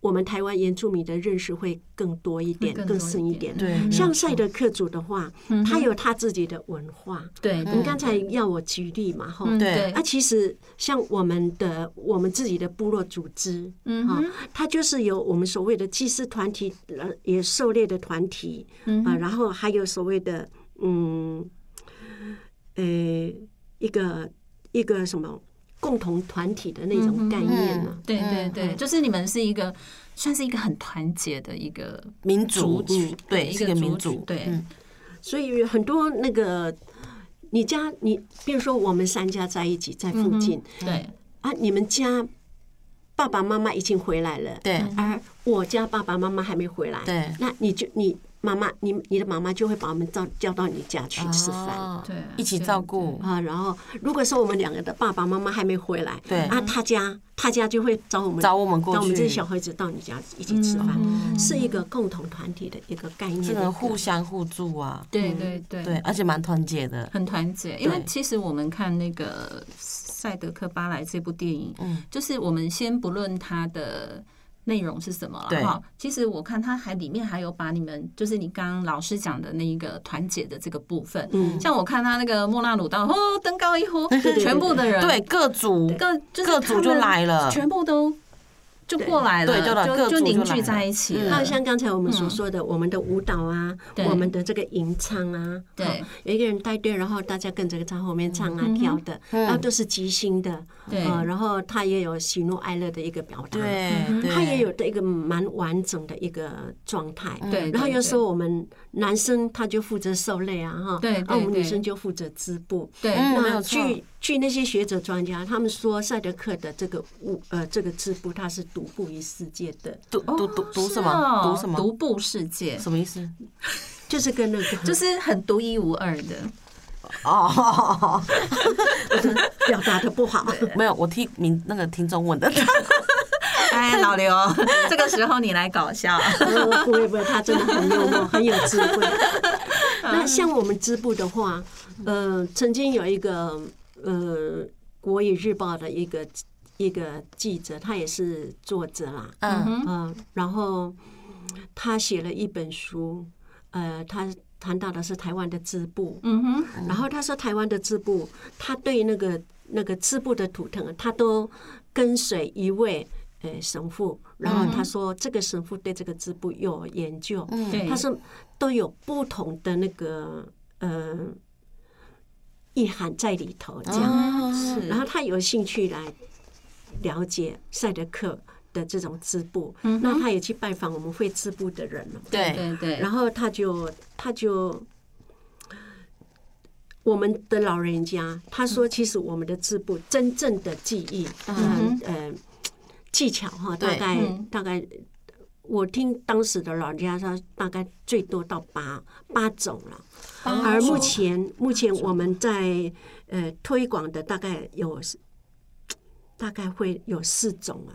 C: 我们台湾原住民的认识会更多一点，
A: 会更多
C: 更
A: 一嗯
C: 深一点。
B: 对，没
C: 像
B: 有
C: 赛德克族的话，他有他自己的文化。
A: 对
C: 你刚才要我举例嘛，哈，
B: 对
A: 对
C: 嗯啊，，其实像我们的我们自己的部落组织，
A: 嗯
C: 啊
A: 哼，
C: 它就是有我们所谓的祭祀团体，呃，也狩猎的团体，
A: 嗯
C: 啊，然后还有所谓的嗯，呃，一个一个什么共同团体的那种概念呢、
A: 对对对，就是你们是一个算是一个很团结的一个
B: 民族
A: 群，
B: 对，
A: 一
B: 是个民
A: 族
B: 族，
A: 对，
B: 嗯
C: 所以很多那个。你家你，比如说我们三家在一起，在附近、
A: 对，
C: 啊，你们家爸爸妈妈已经回来了，
B: 对
C: 而我家爸爸妈妈还没回来，
B: 对
C: 那你就你妈妈，你你的妈妈就会把我们叫叫到你家去吃饭。
B: 哦
A: 对
B: 一起照顾，
C: 啊，然后如果说我们两个的爸爸妈妈还没回来，
B: 对
C: 啊，他家他家就会找我们
B: 找我们过
C: 找我们这些
B: 去嗯
C: 小孩子到你家一起吃饭，
A: 嗯
C: 是一个共同团体的一个概念，
B: 这个互相互助啊，
A: 对对对
B: 对，而且蛮团结的，
A: 很团结，因为
B: 对
A: 其实我们看那个《赛德克巴莱》这部电影，
B: 嗯，
A: 就是我们先不论它的内容是什么
B: 对
A: 了哈，其实我看它还里面还有把你们，就是你刚刚老师讲的那一个团结的这个部分，
C: 嗯
A: 像我看他那个莫纳鲁道哦，登高一 呼，
C: 对对
A: 全部的人
B: 对，各族
A: 各就是
B: 各组
A: 他
B: 就
A: 们
B: 来了
A: 全部都就过来
B: 对对
A: 了，
B: 了嗯各
A: 就
B: 组
A: 凝
B: 就来
A: 聚
B: 了
A: 在一起
C: 还
A: 了
C: 有。像刚才我们所说的，我们的舞蹈啊，
A: 嗯对
C: 我们的这个吟唱啊，
A: 对嗯
C: 好，有一个人带队，然后大家跟着他后面唱啊、跳的，
B: 嗯
C: 然后都是即兴的，
A: 对
C: 呃然后他也有喜怒哀乐的一个表达，
B: 对，对
C: 嗯
B: 嗯
C: 他也有的一个蛮完整的一个状态，
A: 对对
C: 然后有时
A: 对
C: 候我们男生他就负责狩猎啊，哈，
A: 对对
C: 啊，我们
A: 对
C: 女生就负责织布，
A: 对
B: 嗯没有
C: 那
B: 错
C: 据据那些学者专家，他们说赛德克的这个物呃这个织布，它是独步于世界的，
B: 读读读读
A: 是
B: 什么？
A: 哦
B: 读什么？
A: 独步世界，
B: 什么意 思？
C: 就是跟那个
A: 就是很独一无二的。
B: 哦，
C: 表达的不好，
B: 没有，我替民那个听众问的，
A: 哎，老刘， 这个时候你来搞笑。
C: 呃不会不会，他真的很幽默，很有智慧。那像我们织布的话，呃，曾经有一个呃《国语日报》的一个一个记者，他也是作者啦，
B: 嗯，
C: 嗯、然后他写了一本书，呃，他谈到的是台湾的织布，
A: 嗯哼，
C: 然后他说台湾的织布，他对那个那个织布的图腾，他都跟随一位呃神父，然后他说这个神父对这个织布有研究，
A: 对，
C: 他说都有不同的那个呃意涵在里头这样，
A: 是，
C: 然后他有兴趣来了解赛德克。的这种织布，那他也去拜访我们会织布的人了。
B: 对，
A: 对对，
C: 然后他就他就我们的老人家，他说其实我们的织布真正的技艺，嗯呃技巧哈，大
B: 对
C: 概
A: 嗯
C: 大概。我听当时的老人家说，大概最多到八八种了，而目前目前我们在呃推广的大概有，大概会有四种啊，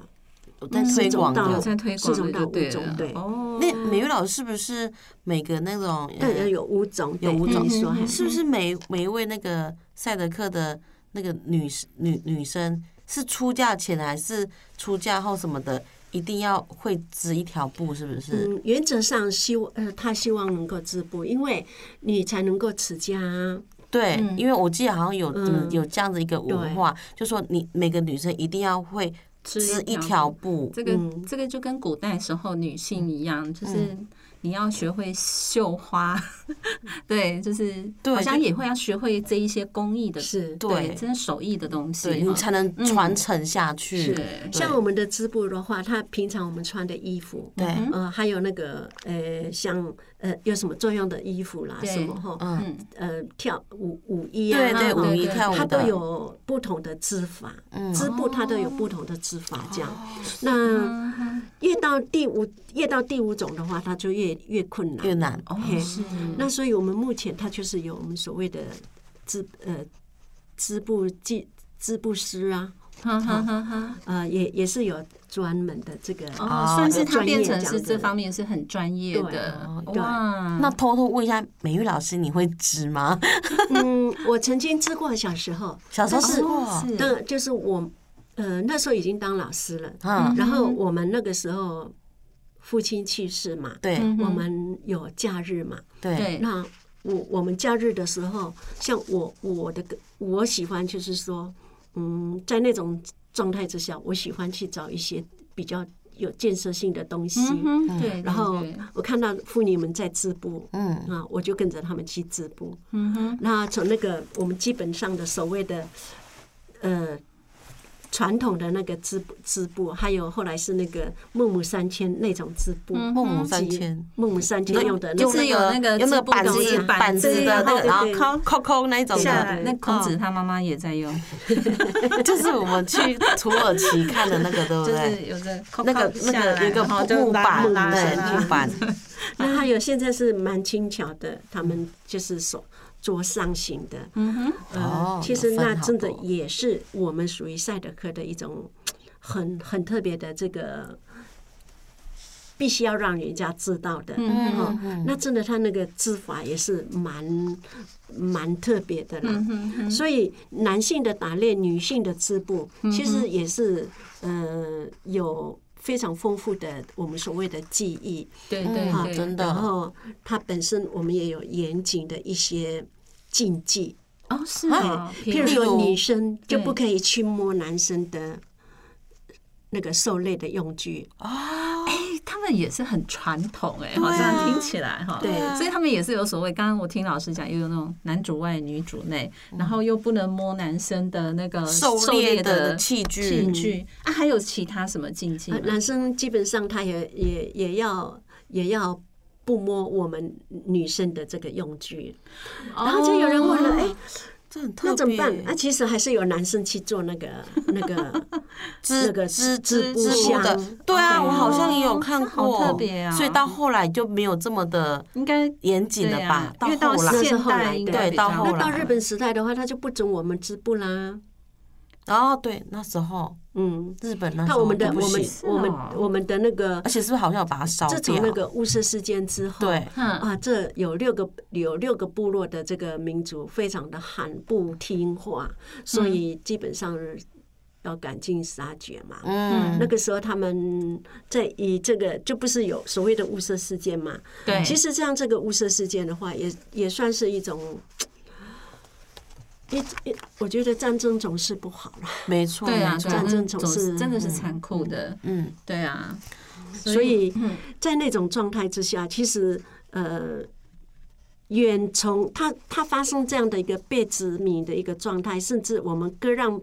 B: 我在推广
A: 有
C: 嗯
B: 的。
A: 在推
C: 四
A: 广
C: 种
A: 的
C: 到
A: 就
C: 五
A: 对
C: 种
A: 了
C: 对
A: 哦，
B: 那美玉老师是不是每个那种呃
C: 但有五种，
B: 有
C: 对
B: 五
C: 你
B: 种
C: 说还
B: 是不是每每一位那个赛德克的那个女女女生是出嫁前还是出嫁后什么的，一定要会织一条布，是不是？
C: 嗯，原则上希望呃，他希望能够织布，因为你才能够持家啊。
B: 对，因为我记得好像有、
C: 嗯
B: 有这样的一个文化，就说你每个女生一定要会织一条布，嗯
A: 嗯这个这个就跟古代时候女性一样，就是你要学会绣花， 对，就是
B: 对
A: 好像
B: 就
A: 也会要学会这一些工艺的，
C: 是
A: 对，
B: 对
A: 真的手艺的东西
B: 对你
A: 哈，
B: 才能传承下去。
A: 是
B: 对
C: 像我们的织布的话，它平常我们穿的衣服，
B: 对，
C: 呃，还有那个呃，像呃有什么作用的衣服啦，
A: 对
C: 什么哈，
B: 嗯，
A: 嗯，
C: 呃，跳舞舞衣啊，
B: 对
C: 哈
B: 对，
A: 哦
B: 舞
A: 对
B: 一
A: 对
B: 跳舞
C: 它
B: 的
C: 都有不同的织法，
B: 嗯哦
C: 织布它都有不同的织法，这样。那越到第五，越到第五种的话，它就越越困难。
B: 越南
C: 哦，那所以我们目前它就是有我们所谓的织呃织布技织布师啊，
A: 哈哈哈哈，
C: 呃，也也是有专门的这个呃
A: 哦，算是它
C: 专业
A: 变成
C: 这样
A: 是
C: 子
A: 这方面是很专业
C: 对
A: 的
C: 哦，对
A: 哇，
B: 那偷偷问一下美玉老师，你会织吗？
C: 嗯，我曾经织过，小时候，
B: 小时候
C: 但
B: 织
C: 是
B: 过，
A: 哦是
C: 当然就是我，呃，那时候已经当老师了。
B: 嗯，
C: 然后我们那个时候父亲去世嘛，
B: 对
A: 嗯
C: 我们有假日嘛。
B: 对，
A: 对，
C: 那我我们假日的时候，像我我的个我喜欢就是说，嗯，在那种状态之下，我喜欢去找一些比较有建设性的东西。
A: 嗯哼，对对，对
C: 然后我看到妇女们在织布，
B: 嗯，
C: 啊，我就跟着他们去织布。
A: 嗯哼，
C: 那从那个我们基本上的所谓的呃传统的那个织布织布，还有后来是那个孟母三迁那种织布，
A: 嗯
B: 孟母三迁。
C: 孟母三
B: 那
C: 迁用的那
B: 用
C: 个
A: 是有那个
B: 用那
A: 织
B: 个
A: 布
B: 板
C: 的
B: 子
C: 那个
B: 板子
C: 对
B: 的那
C: 对
B: 个，
C: 对
B: 然后
C: 对
B: 抠抠抠那一种
A: 下
B: 的，
A: 哦来，那哦孔子他妈妈也在用，
B: 就是我们去土耳其看的那个，对不
A: 就
B: 对？
A: 是有个扣
B: 那个
A: 扣
B: 那
A: 下
B: 个
A: 来
B: 有一个
A: 然后就
B: 木
A: 拉
B: 板，
A: 拉
B: 对
A: 拉
B: 木板，
A: 嗯
C: 那啊还有现在是蛮轻巧的，他们就是手桌上型的。
A: 嗯哼，
C: 呃
B: 哦，
C: 其实
B: 有分
C: 那
B: 好
C: 真的
B: 多
C: 也是我们属于赛德克的一种很很特别的这个，必须要让人家知道的。
A: 嗯
C: 哦，那真的他那个织法也是蛮蛮特别的啦。
A: 嗯
C: 所以男性的打猎，女性的织布，
A: 嗯
C: 其实也是呃有非常丰富的我们所谓的技艺。
A: 对对
B: 嗯
A: 对，
B: 真
C: 然
B: 的
C: 后它本身我们也有严谨的一些禁忌，哎
A: 哦是啊，
C: 譬如
B: 例如
C: 说女生就
A: 对
C: 不可以去摸男生的那个狩猎的用具，
A: 哎他们也是很传统哎，好像听起来哈，
C: 对啊
A: 所以他们也是有所谓。刚刚我听老师讲，又有那种男主外女主内，然后又不能摸男生的那个
B: 狩猎
A: 嗯猎
B: 的
A: 的
B: 器
A: 器
B: 具，
A: 具啊，还有其他什么禁忌吗
C: 呃？男生基本上他也也也要也要。不摸我们女生的这个用具，然后就有人问了：“哎、
B: 这很哦特别。
C: 那怎么办？”那、其实还是有男生去做那个那 个
B: 织
C: 那个
B: 织织
C: 织布
B: 织布的
C: 箱，
B: 对啊，
A: 哦
B: 我好像也有看
A: 这好
B: 过，
A: 特别啊
B: 所以到后来就没有这么的
A: 应该
B: 严谨了
A: 对
B: 吧
A: 啊？因为
B: 后
A: 到
B: 来，
A: 现代应该
B: 对
A: 比
B: 到
A: 较
B: 后
C: 那
B: 来
C: 到日本时代的话，他就不准我们织布啦。
B: 哦，对，那时候
C: 嗯，
B: 日本那时
C: 看
B: 候
C: 我们的
B: 都不
C: 我们
B: 行
C: 我们
A: 哦
C: 我们的那个
B: 而且是不是好像有把它烧
C: 自
B: 掉
C: 从？那个雾社事件之后，
B: 对，
A: 嗯
C: 啊，这有六个有六个部落的这个民族非常的罕不听话，
B: 嗯
C: 所以基本上要赶尽杀绝嘛。
B: 嗯，
C: 那个时候他们在以这个就不是有所谓的雾社事件嘛？
A: 对，
C: 其实像这个雾社事件的话，也也算是一种。一一，我觉得战争总是不好啦，
B: 没错，
A: 对啊，
B: 没错
A: 对啊
C: 战争总
A: 总
C: 是
A: 真的是残酷的，
B: 嗯，
A: 对啊，
C: 所以嗯在那种状态之下，其实呃，远从它它发生这样的一个被殖民的一个状态，甚至我们割让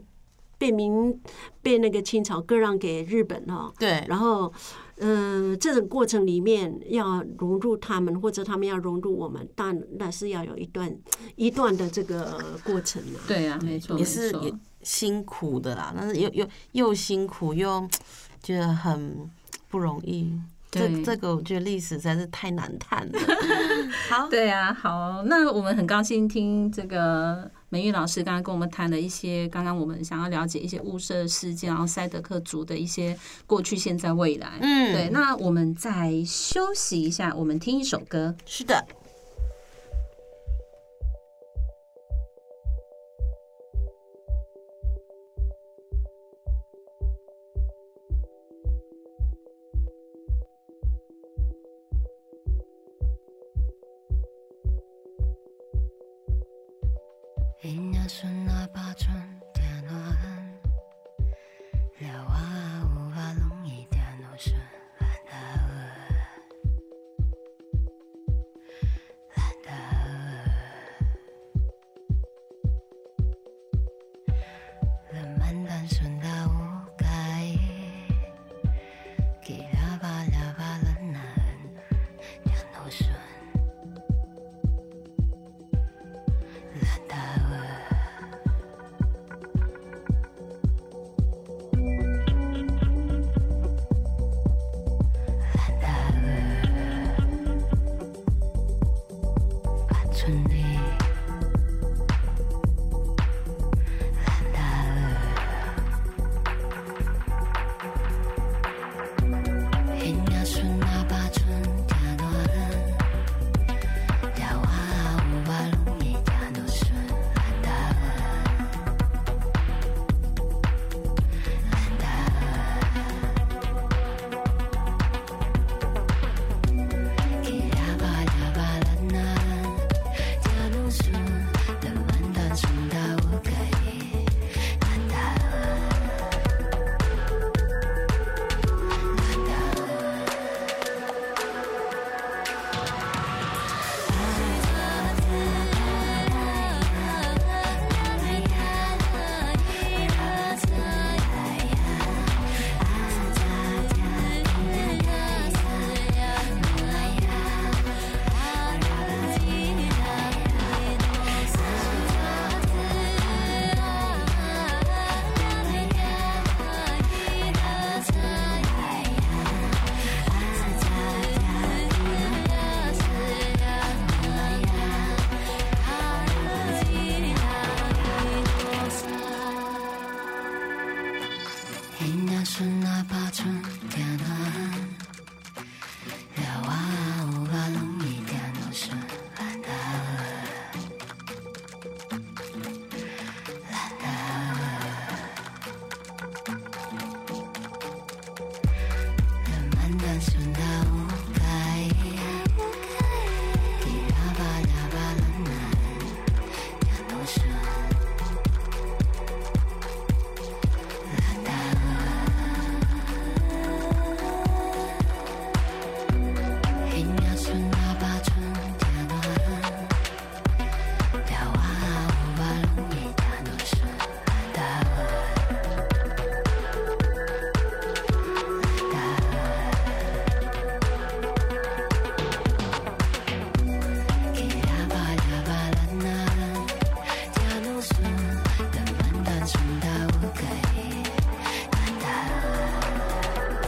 C: 被民被那个清朝割让给日本哦，
B: 对，
C: 然后呃，这种过程里面要融入他们，或者他们要融入我们，但那是要有一段一段的这个过程嘛。
A: 对啊，没错，
B: 也是
A: 没错
B: 也辛苦的啦，但是又又又辛苦又觉得很不容易。这
A: 对
B: 这个我觉得历史实在是太难谈了。 好，
A: 对啊，好，那我们很高兴听这个美玉老师刚刚跟我们谈了一些，刚刚我们想要了解一些雾社事件，然后塞德克族的一些过去、现在、未来。
B: 嗯，
A: 对，，那我们再休息一下，我们听一首歌。
B: 是的，
D: 인연 순나 바준 대노한 레와 우와 롱이 대노 순 하나우 存你。懒得应该是那把春天的人，电话无法弄一点都是懒得，懒得。应该是那把春天的恨，聊完无法弄一点都是懒得，懒得，人们单纯到无该，一哑巴哑巴的人，也都是。应该是那把春天的恨，掉啊无法容易，它都是爱的。给呀吧呀吧啦呐，它都是人们单纯到无可以难的。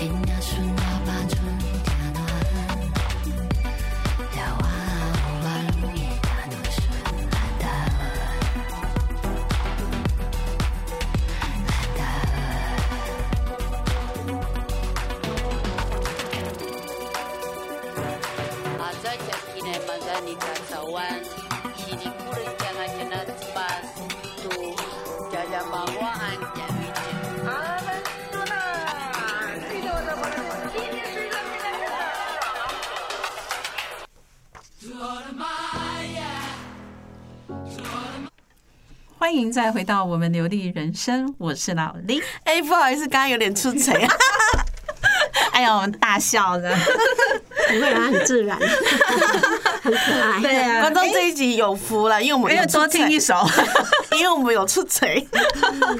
D: 应该是那把春天的恨，聊完无法容易，它都是懒得，懒
E: 朝着起来，马上你看早安，起的不能讲啊，就那吃饭，都家家忙我安家里去。
A: 欢迎再回到我们流利人生，我是老林。
B: 哎，不好意思，刚刚有点出 贼啊。
A: 哎呦，我们大笑的，
C: 不会啊，很自然， 很可爱。
A: 对啊
B: 观众这一集有福了，因为我们
A: 没有
B: 出
A: 多
B: 贼
A: 听一，首。
B: 因为我们有出贼。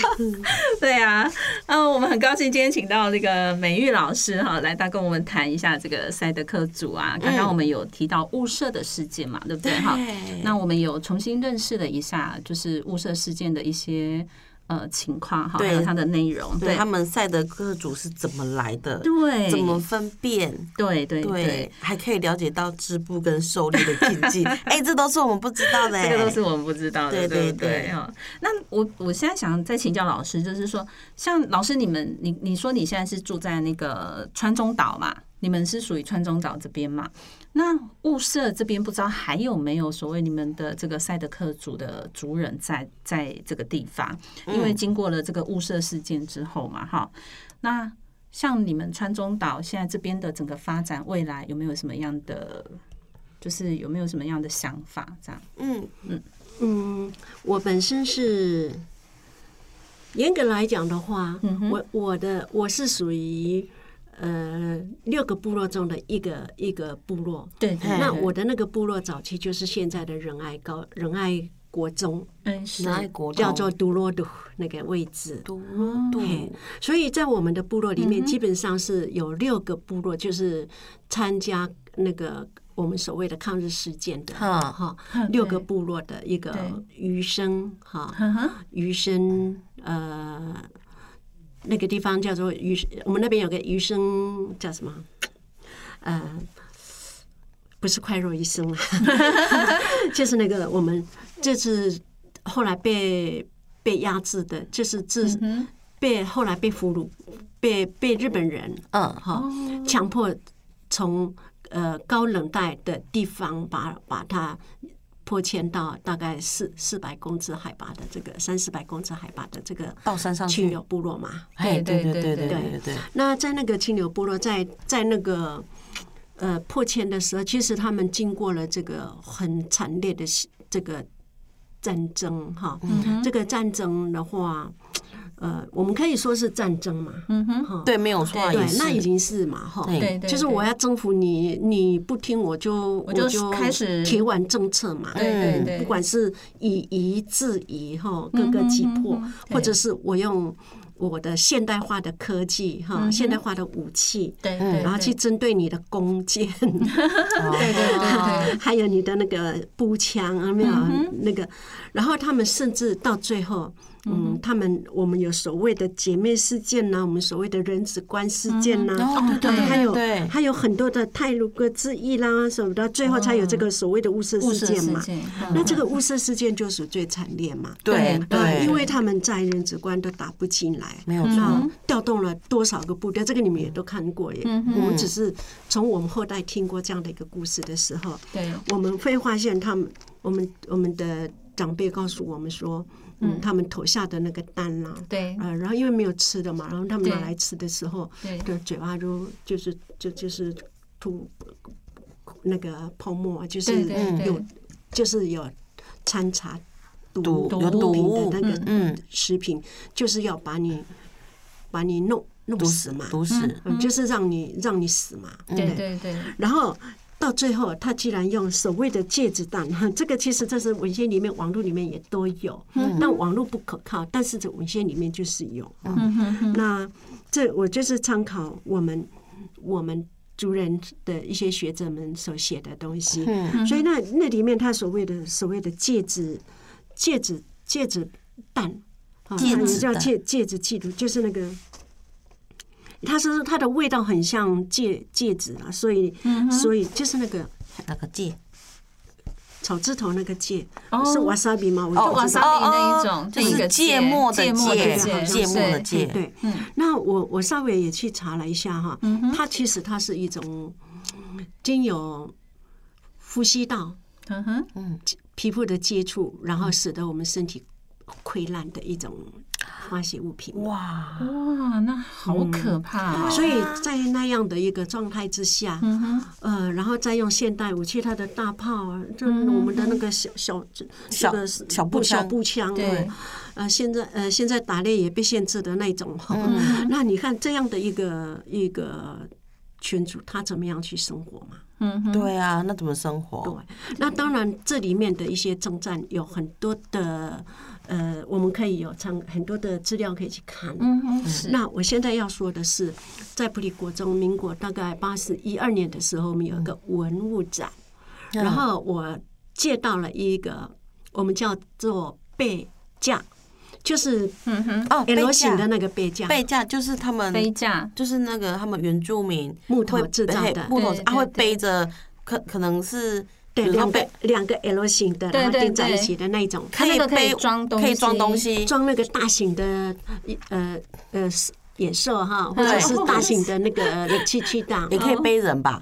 A: 对啊，嗯，我们很高兴今天请到这个美玉老师哈，来到跟我们谈一下这个赛德克组啊。
B: 嗯
A: 刚刚我们有提到雾社的事件嘛，对不对哈？那我们有重新认识了一下，就是雾社事件的一些呃情况哈，
B: 对
A: 还有它的内容，
B: 对
A: 对
B: 他们赛德克族是怎么来的？
A: 对
B: 怎么分辨？
A: 对对
B: 对
A: 对，，
B: 还可以了解到织布跟狩猎的禁忌。哎，这都是我们不知道的。
A: 这个都是我们不知道的，
B: 对
A: 对不
B: 对对
A: 对哈。那我我现在想再请教老师，就是说，像老师你们，你你说你现在是住在那个川中岛嘛，你们是属于川中岛这边嘛？那雾社这边不知道还有没有所谓你们的这个赛德克族的族人在在这个地方？因
B: 嗯
A: 为经过了这个雾社事件之后嘛，哈，那像你们川中岛现在这边的整个发展，未来有没有什么样的，就是有没有什么样的想法？这样，
B: 嗯，
C: 嗯，我本身是严格来讲的话，我我的我是属于呃六个部落中的一个一个部落。
A: 对
B: 对
C: 那我的那个部落早期就是现在的仁爱高仁爱国中，
A: 嗯是
B: 哪一国
C: 叫做杜罗杜那个位置。
B: 都都
C: 嘿所以在我们的部落里面，基本上是有六个部落，就是参加那个我们所谓的抗日事件的
B: 哈
C: 哈
A: 嗯，
C: 六
A: 对
C: 个部落的一个
A: 对
C: 余生哈，
A: 嗯哼，
C: 余生呃那个地方叫做余，我们那边有个余生叫什么？呃，不是快乐余生了， 就是那个我们这次后来被被压制的，就是自、被后来被俘虏，被被日本人
B: 嗯
C: 哈、强迫从呃高冷带的地方把把它迫迁到大概四四百公尺海拔的这个三四百公尺海拔的这个
B: 到山上去
C: 去有部落嘛。
B: 嘿，对对对对
A: 对
B: 对对，
C: 那在那个清流部落，在在那个呃破迁的时候，其实他们经过了这个很惨烈的西这个战争哈。
A: 嗯
C: 这个战争的话，呃，我们可以说是战争嘛。
A: 嗯哼，
C: 哈，
B: 对，没有错啊，
C: 对
B: 也，是
C: 那已经是嘛哈。
B: 对
A: 对对，
C: 就是我要征服你，你不听我就
A: 我就开始
C: 铁腕政策嘛。
A: 对对
B: 嗯
A: 对，
C: 不管是以夷制夷哈，各个击破，
A: 嗯哼嗯哼
C: 或者是我用我的现代化的科技哈，现代化的武器，
A: 嗯对对，
B: 嗯
A: 对
C: 然后去针对你的弓 箭，啊
A: 对对对嗯对，
C: 还有你的那个步枪有没有、那个？然后他们甚至到最后，嗯，他们我们有所谓的姐妹事件呐、我们所谓的人子观事件
A: 嗯
C: 呐、啊
B: 哦对对对
C: 还有
B: 对
C: 还有很多的泰鲁格之役啦什么的，最后才有这个所谓的雾社
A: 哦雾
C: 事
A: 社
C: 件
A: 事
C: 嘛。
A: 件，嗯
C: 那这个雾社事件就是最惨烈嘛，
B: 对
A: 对
C: 对，嗯
B: 对，
C: 因为他们在人子关都打不进来，
B: 没有
C: 那
B: 错，
C: 调动了多少个部队？这个你们也都看过耶。
A: 嗯
C: 我们只是从我们后代听过这样的一个故事的时候，
A: 对，
C: 我们会发现他们，我们我们的长辈告诉我们说，嗯，他们投下的那个蛋啦、
A: 对
C: 呃，然后因为没有吃的嘛，然后他们
A: 对
C: 拿来吃的时候，
A: 对
C: 的嘴巴就就是就就是吐那个泡沫啊，就
A: 对
C: 是
A: 对对
C: 有就是有掺杂毒
B: 毒
C: 毒
B: 有毒
C: 品的那
B: 嗯
C: 个食品，就是要把你把你弄弄
B: 毒
C: 死
B: 死嗯
C: 嘛，
B: 毒死，
C: 嗯就是让你让你死嘛，
A: 对
C: 不
A: 对对，
C: 然后到最后，他居然用所谓的戒指弹， 哈，这个其实这是文献里面、网络里面也都有，
B: 嗯
C: 但网络不可靠，但是这文献里面就是有。嗯、那这我就是参考我们我们族人的一些学者们所写的东西，
B: 嗯
C: 所以那那里面他所谓的所谓的戒指戒指戒指弹。啊
B: 戒
C: 它也
B: 指
C: 叫
B: 弹
C: 戒戒指嫉妒，就是那个它是它的味道很像戒戒指啊，所以、
A: 嗯
C: 所以就是那个
B: 那个戒，
C: 草字头那个戒、
A: 哦
C: 是 wasabi 吗？我
B: 哦
C: 就
A: 瓦
C: 知
A: 萨
C: 道。
A: 比那一
B: 哦
A: 种，
B: 就
A: 一
B: 是
A: 个
B: 芥末的
A: 芥末
B: 芥，
A: 芥，
B: 芥末的
A: 对
B: 芥，
C: 对，
A: 嗯
C: 那我我稍微也去查了一下哈，它其实它是一种嗯经由呼吸道
A: 嗯哼，嗯
C: 皮肤的接触，然后使得我们身体溃烂的一种化学物品。
B: 哇，
A: 哇，那好
B: 嗯
A: 可怕哦，
C: 所以在那样的一个状态之下，呃，然后再用现代武器，它的大炮啊，就我们的那个小小
B: 小
C: 这个
B: 小步枪
C: 小步枪，
A: 对，
C: 呃，现在呃现在打猎也被限制的那种哈、那你看这样的一个一个群主，他怎么样去生活嘛？
B: 对啊，那怎么生活？
C: 对，哦那当然这里面的一些征战有很多的呃，我们可以有参很多的资料可以去看，
A: 嗯哼，是，
C: 那我现在要说的是，在普里国中，民国大概八十一二年的时候，我们有一个文物展，
A: 嗯
C: 然后我借到了一个我们叫做背架，就是
A: 嗯哼，
B: 哦，背
C: L
B: 架
C: 型的那个背架，
B: 背架就是他们
A: 飞架，
B: 就是那个他们原住民
C: 木头
B: 会
C: 制造
B: 嘿
C: 的
B: 木头
A: 对，
B: 他会
A: 对对
B: 背着，可可能是
C: 对，
B: 比如说
C: 两个
B: 背
C: 两个 L 型的，
A: 哦对
C: 然后
A: 对
C: 钉在一
A: 对
C: 起的那一种，
A: 它那个可以
B: 背
A: 装东
B: 可以装
A: 西
B: 东西，
C: 装那个大型的，呃呃野兽哈，
B: 嗯
C: 或者是大型 的那个冷气气大，
B: 也可以背人吧？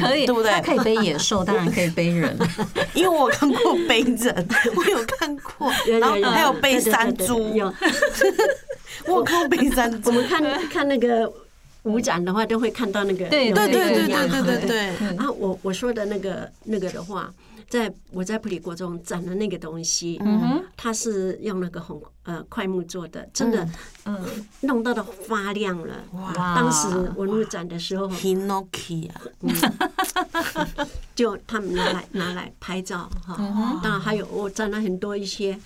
A: 可以，
B: 对不对
A: 它可以背野兽，当然可以背人。
B: 因为我看过背人， 我有看过，
C: 有有
B: 然后
C: 有
B: 还有背
C: 对对
B: 山
C: 对对
B: 猪，
C: 有
B: 我有看过背山
C: 我
B: 猪，
C: 们看看那个舞展的话，都会看到那个
A: 对
C: 有
B: 对
C: 那个
B: 对对
C: 样
B: 对
C: 子
B: 对对对，
C: 啊，我我说的那个那个的话，在我在普里国中展的那个东西，嗯哼，它是用那个红呃块木做的，真的，嗯，弄到的发亮了。哇！当时文物展的时候，
B: Pinocchio
C: 就他们拿来拿来拍照哈。当然还有我展了很多一些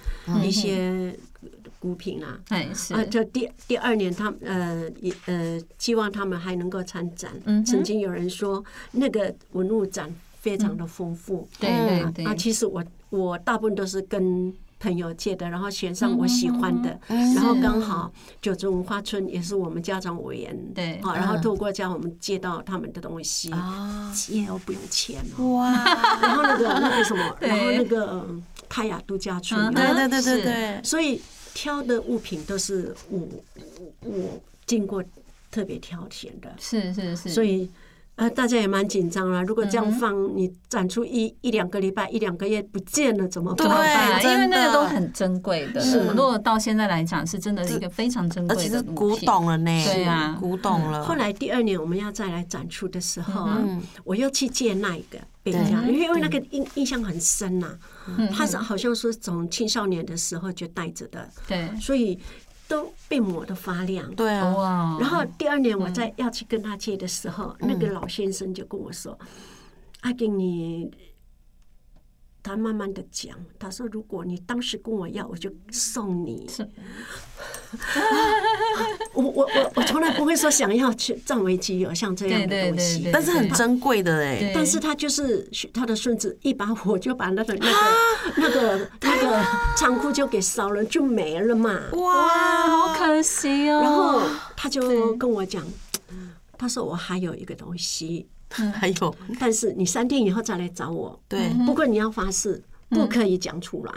C: 一些古品啊。
A: 哎，是
C: 啊，这第第二年他们呃也呃，希望他们还能够参展。
A: 嗯
C: 曾经有人说那个文物展非常的丰富。
A: 嗯对对对
C: 啊，其实我我大部分都是跟朋友借的，然后选上我喜欢的，
A: 嗯
C: 然后刚好九族文化村也是我们家长委员
A: 对
C: 啊，然后透过这样我们借到他们的东西，
A: 啊
C: 借又不用钱哦，
B: 哇，
C: 然后那个那个什 么，
A: 对
C: 然后那个嗯泰雅度假村
A: 嗯
C: 有没
B: 对对
C: 有，
B: 对对
A: 是
B: 对，
C: 所以挑的物品都是我我我经过特别挑选的，
A: 是是是，
C: 所以呃，大家也蛮紧张啊啦。如果这样放，你展出一一两个礼拜、一两个月不见了，怎么
B: 对
C: 办？
A: 啊因为
B: 真
A: 那
B: 的
A: 个都很珍贵的，
C: 是
A: 如果到现在来讲，是真的是一个非常珍
B: 而
A: 贵
B: 且
A: 的
B: 是
A: 物
B: 古
A: 品
B: 董了呢，
A: 对啊
B: 古董了，
C: 嗯后来第二年我们要再来展出的时候啊，
B: 嗯
C: 我又去借那一个北
B: 对嗯
C: 疆，因为因为那个印印象很深呐、他是好像是从青少年的时候就带着的，
A: 对，
C: 所以都被磨得发亮。
B: 对啊，
A: 哇，
C: 然后第二年我再要去跟他借的时候，
A: 嗯
C: 那个老先生就跟我说：“阿金，你。”他慢慢的讲，他说：“如果你当时跟我要，我就 送你。 我”我我我从来不会说想要去占为己有像这样的
A: 对对
C: 东西，
A: 对对
B: 但是很珍贵的哎，
A: 对
C: 但是他就是他的孙子一把火就把那个那个那个那个仓库就给烧了，就没了嘛。
B: 哇，
A: 好可惜哦，
C: 然后他就跟我讲，他说我还有一个东西，
B: 还有
C: 但是你三天以后再来找我。
A: 嗯
B: 对，嗯
C: 不过你要发誓，不可以讲出来。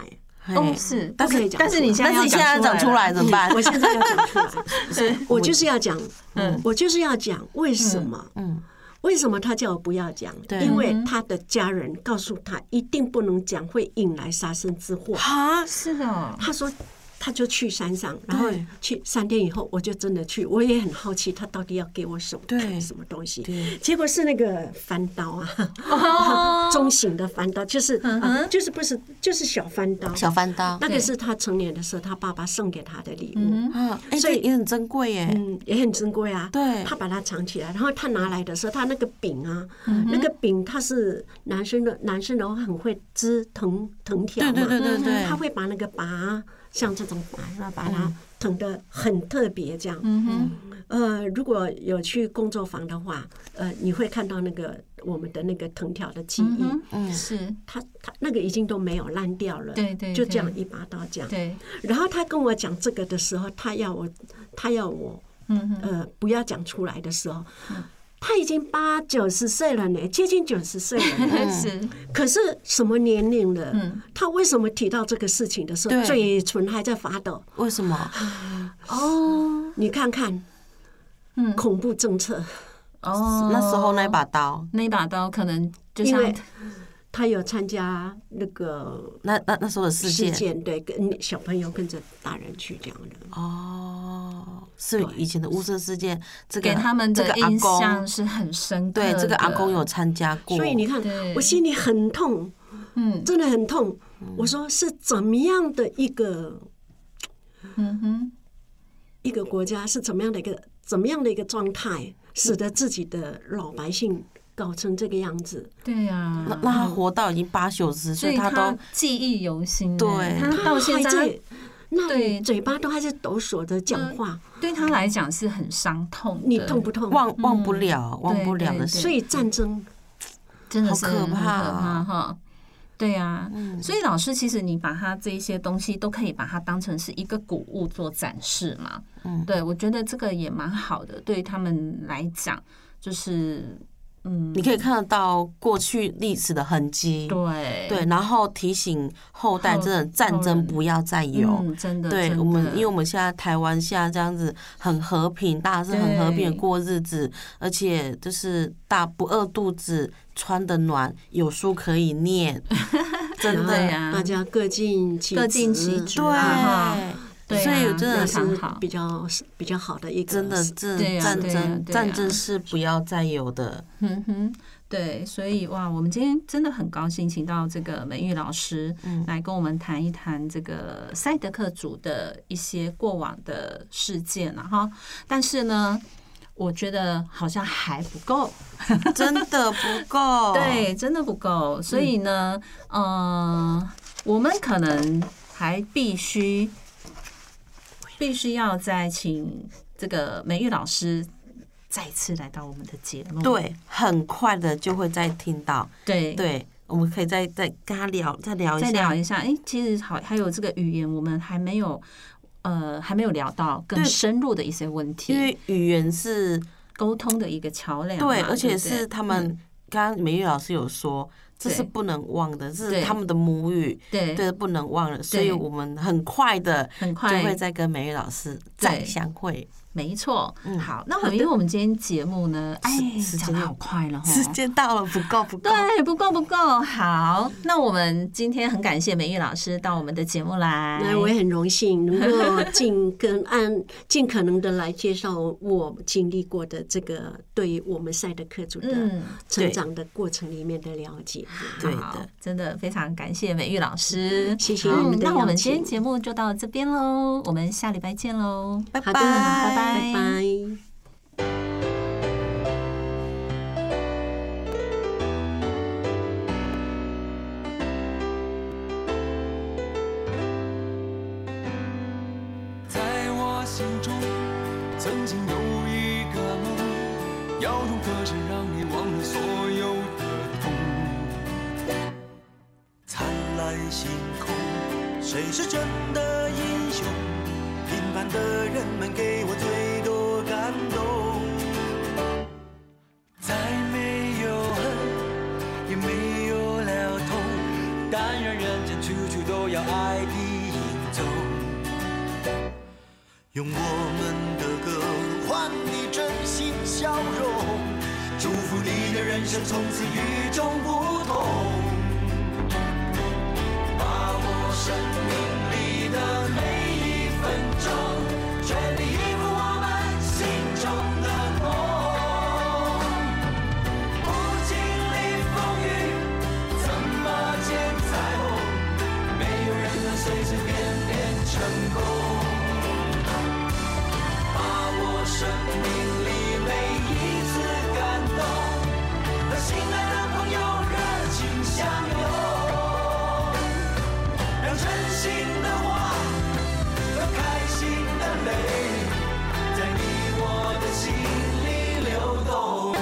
B: 嘿
A: 哦是，
C: 不
A: 但
C: 可以
A: 是
C: 讲
A: 但是
C: 出
A: 你
C: 来
A: 现在
B: 哎但是你现在要讲出来哎怎么办？
C: 嗯我现在要 讲出来，我就是要讲
A: 嗯，
C: 我就是要讲为什么？
B: 嗯
C: 为什么他叫我不要讲？
B: 对嗯
C: 因为他的家人告诉他一定不能讲，会引来杀身之祸。
B: 啊，
A: 是哦的，
C: 他说。他就去山上，然后
B: 对
C: 去三天以后，我就真的去，我也很好奇他到底要给我什么
B: 对
C: 什么东西。
B: 对哦
C: 结果是那个翻刀啊，中型的翻刀，就是
B: 嗯
C: 啊就是不是就是小翻刀，
B: 小翻刀，
C: 那个是他成年的时候他爸爸送给他的礼物。
B: 嗯，哎，
C: 所
B: 这
C: 以
B: 也很珍贵耶，
C: 嗯，也很珍贵啊。
B: 对
C: 他把它藏起来，然后他拿来的时候，他那个饼啊，
B: 嗯
C: 那个饼他是男生的，男生的话很会织藤藤条嘛，
B: 对对
A: 哎
B: 对对
A: 嗯
B: 对
C: 他会把那个拔，像这种拔，把它藤的很特别这样。嗯呃，如果有去工作坊的话，呃，你会看到那个我们的那个藤条的技艺，
B: 嗯，
A: 是，
C: 它它那个已经都没有烂掉了，
A: 对对
C: 就这样
A: 对
C: 一把刀这样。
A: 对，。
C: 然后他跟我讲这个的时候，他要我，他要我，嗯呃，不要讲出来的时候，他已经八九十岁了呢，接近九十岁了呢
B: 嗯
A: 是
C: 可是什么年龄了？他为什么提到这个事情的时候，
B: 对
C: 嘴唇还在发抖？
B: 为什么？
C: 你看看，嗯，恐怖政策，
A: 哦，
B: 那时候那把刀，
A: 那一把刀可能就
C: 因
A: 像
C: 为他有参加那个
B: 那那那时候的事
C: 事
B: 件
C: 件，对，跟小朋友跟着大人去这样的。
B: 哦，是
C: 对
B: 以前的乌色事件，这个
A: 给他们
B: 这个
A: 的
B: 阿
A: 印
B: 公
A: 象，嗯是很深刻的，
B: 对，这个阿公有参加过，
C: 所以你看
A: 对，
C: 我心里很痛，
A: 嗯
C: 真的很痛。我说是怎么样的一个
A: 嗯哼，
C: 一个国家，是怎么样的一个怎么样的一个状态，使得自己的老百姓搞成这个样子？
A: 对呀
B: 那，那他活到已经八九十
A: 嗯所
B: 岁，
A: 以
B: 他
A: 他
B: 都
A: 记忆犹新，
B: 对
A: 他到现
C: 还
A: 在
C: 在那里
A: 对嗯
C: 嘴巴都还是抖擞的讲话，
A: 对他来讲是很伤痛的，
C: 你痛不痛？
B: 忘忘不了，忘不了的
A: 嗯对
B: 事。
C: 所以战争
A: 真的
B: 好
A: 是
B: 可
A: 很可
B: 怕
A: 怕
B: 啊嗯
A: 哈。对呀、所以老师，其实你把它这一些东西都可以把它当成是一个古物做展示嘛。嗯，对，我觉得这个也蛮好的，对于他们来讲，就是嗯，
B: 你可以看得到过去历史的痕迹。
A: 对
B: 对，然后提醒后代，
A: 后
B: 真的战
A: 后
B: 争
A: 人
B: 不要再有。
A: 嗯真的，
B: 对
A: 真
B: 我们
A: 的，
B: 因为我们现在台湾现在这样子很和平，大家是很和平
A: 对
B: 的过日子，而且就是大不饿肚子，穿得暖，有书可以 念，真的
A: 嗯对
B: 呀，
A: 呀
C: 啊大家各尽其
A: 各尽其
C: 职
A: 职
B: 对，
A: 啊哈对啊
B: 所以真
C: 那
B: 的
A: 非常
C: 是
A: 好
C: 比较比较好的一个
B: 真的这
A: 对呀
B: 战
A: 对呀
B: 争
A: 对呀
B: 战争是不要再有的，
A: 嗯哼，对，所以哇，我们今天真的很高兴，请到这个美玉老师来跟我们谈一谈这个赛德克族的一些过往的事件然后但是呢，我觉得好像还不够，
B: 真的不够。
A: 对，真的不够。所以呢，呃，我们可能还必须必须要再请这个美玉老师再次来到我们的节目。
B: 对，很快的就会再听到。
A: 对
B: 对，我们可以再再跟他聊，再聊一
A: 再
B: 下。
A: 聊一下。哎、其实好，还有这个语言，我们还没有。呃，还没有聊到更
B: 对
A: 深入的一些问
B: 因
A: 题，
B: 为语言是
A: 沟通的一个桥梁嘛。
B: 对，
A: 对，
B: 而且
A: 不对嗯
B: 是他们刚刚美玉老师有说，这是
A: 对
B: 不能忘的，这是
A: 对
B: 他们的母语，
A: 对
B: 对，不能忘了。所以
A: 对
B: 我们很快的
A: 很
B: 就
A: 快
B: 会再跟美玉老师再
A: 对
B: 相会。
A: 没错。
B: 嗯
A: 好，那我们因为我们今天节目呢，哎
B: 时，
A: 讲
B: 间
A: 的
B: 又
A: 好快了哈，
B: 时间到了，不够，不够。
A: 对，不够不够好。那我们今天很感谢美玉老师到我们的节目来，
C: 那我也很荣幸能够尽跟按 尽可能的来介绍我经历过的这个对于我们赛德克族的
A: 嗯，
C: 成
B: 对
C: 长的过程里面的了解。
B: 对
A: 好
B: 的，
A: 真的非常感谢美玉老师，
C: 嗯谢谢
A: 好
C: 你们的
A: 那我
C: 邀
A: 们今天
C: 请
A: 节目就到这边喽，我们下礼拜见喽，
B: 拜
C: 好
B: 拜，
C: 的，拜
A: 拜
C: 拜拜。
F: 在我心中，曾经有一个梦，要用歌声让你忘了所有的痛。灿烂星空，谁是真的英雄？平凡的人们给我最多感动。再没有恨，也没有了痛，但愿人间处处都有爱的影踪。用我们的歌换你真心笑容，祝福你的人生从此与众不同。把握生命里的每一分钟，全力以赴我们心中的梦。不经历风雨，怎么见彩虹？没有人能随随便便成功。把握生命里每一次感动，和心爱的朋友热情相拥，让真心的话和开心的泪，在你我的心里流动。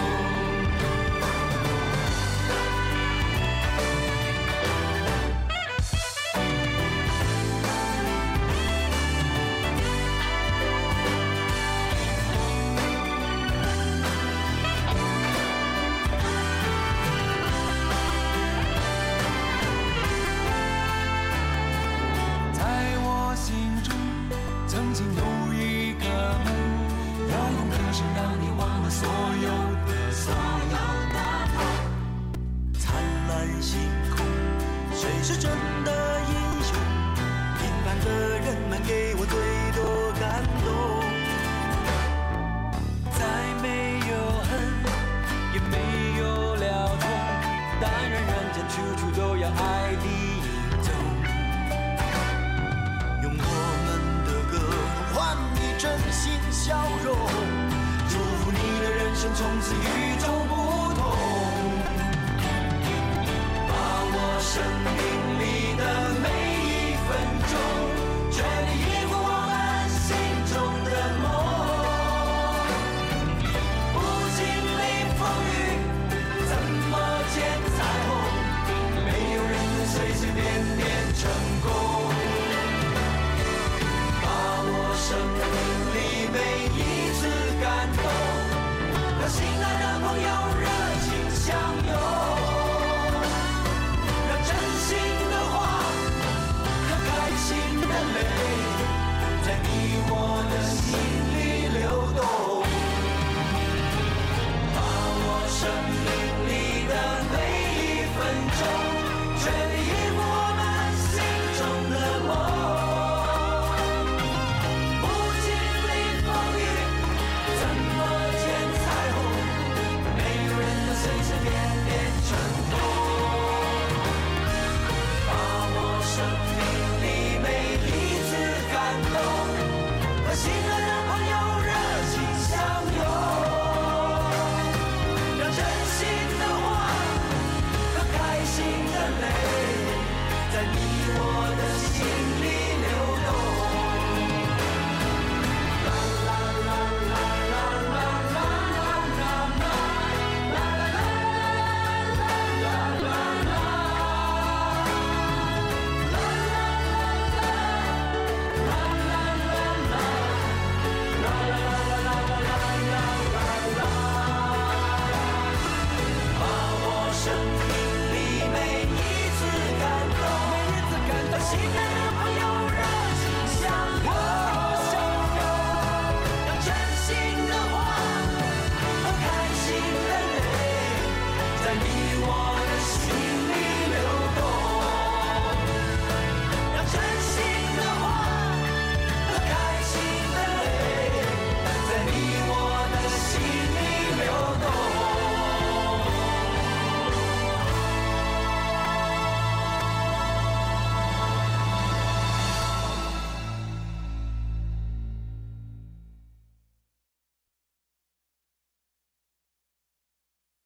F: 在我心中，曾经有一个梦，要用歌声让你忘了所有的所有的痛。灿烂星空，谁是真的英雄？平凡的人们给我最多感动。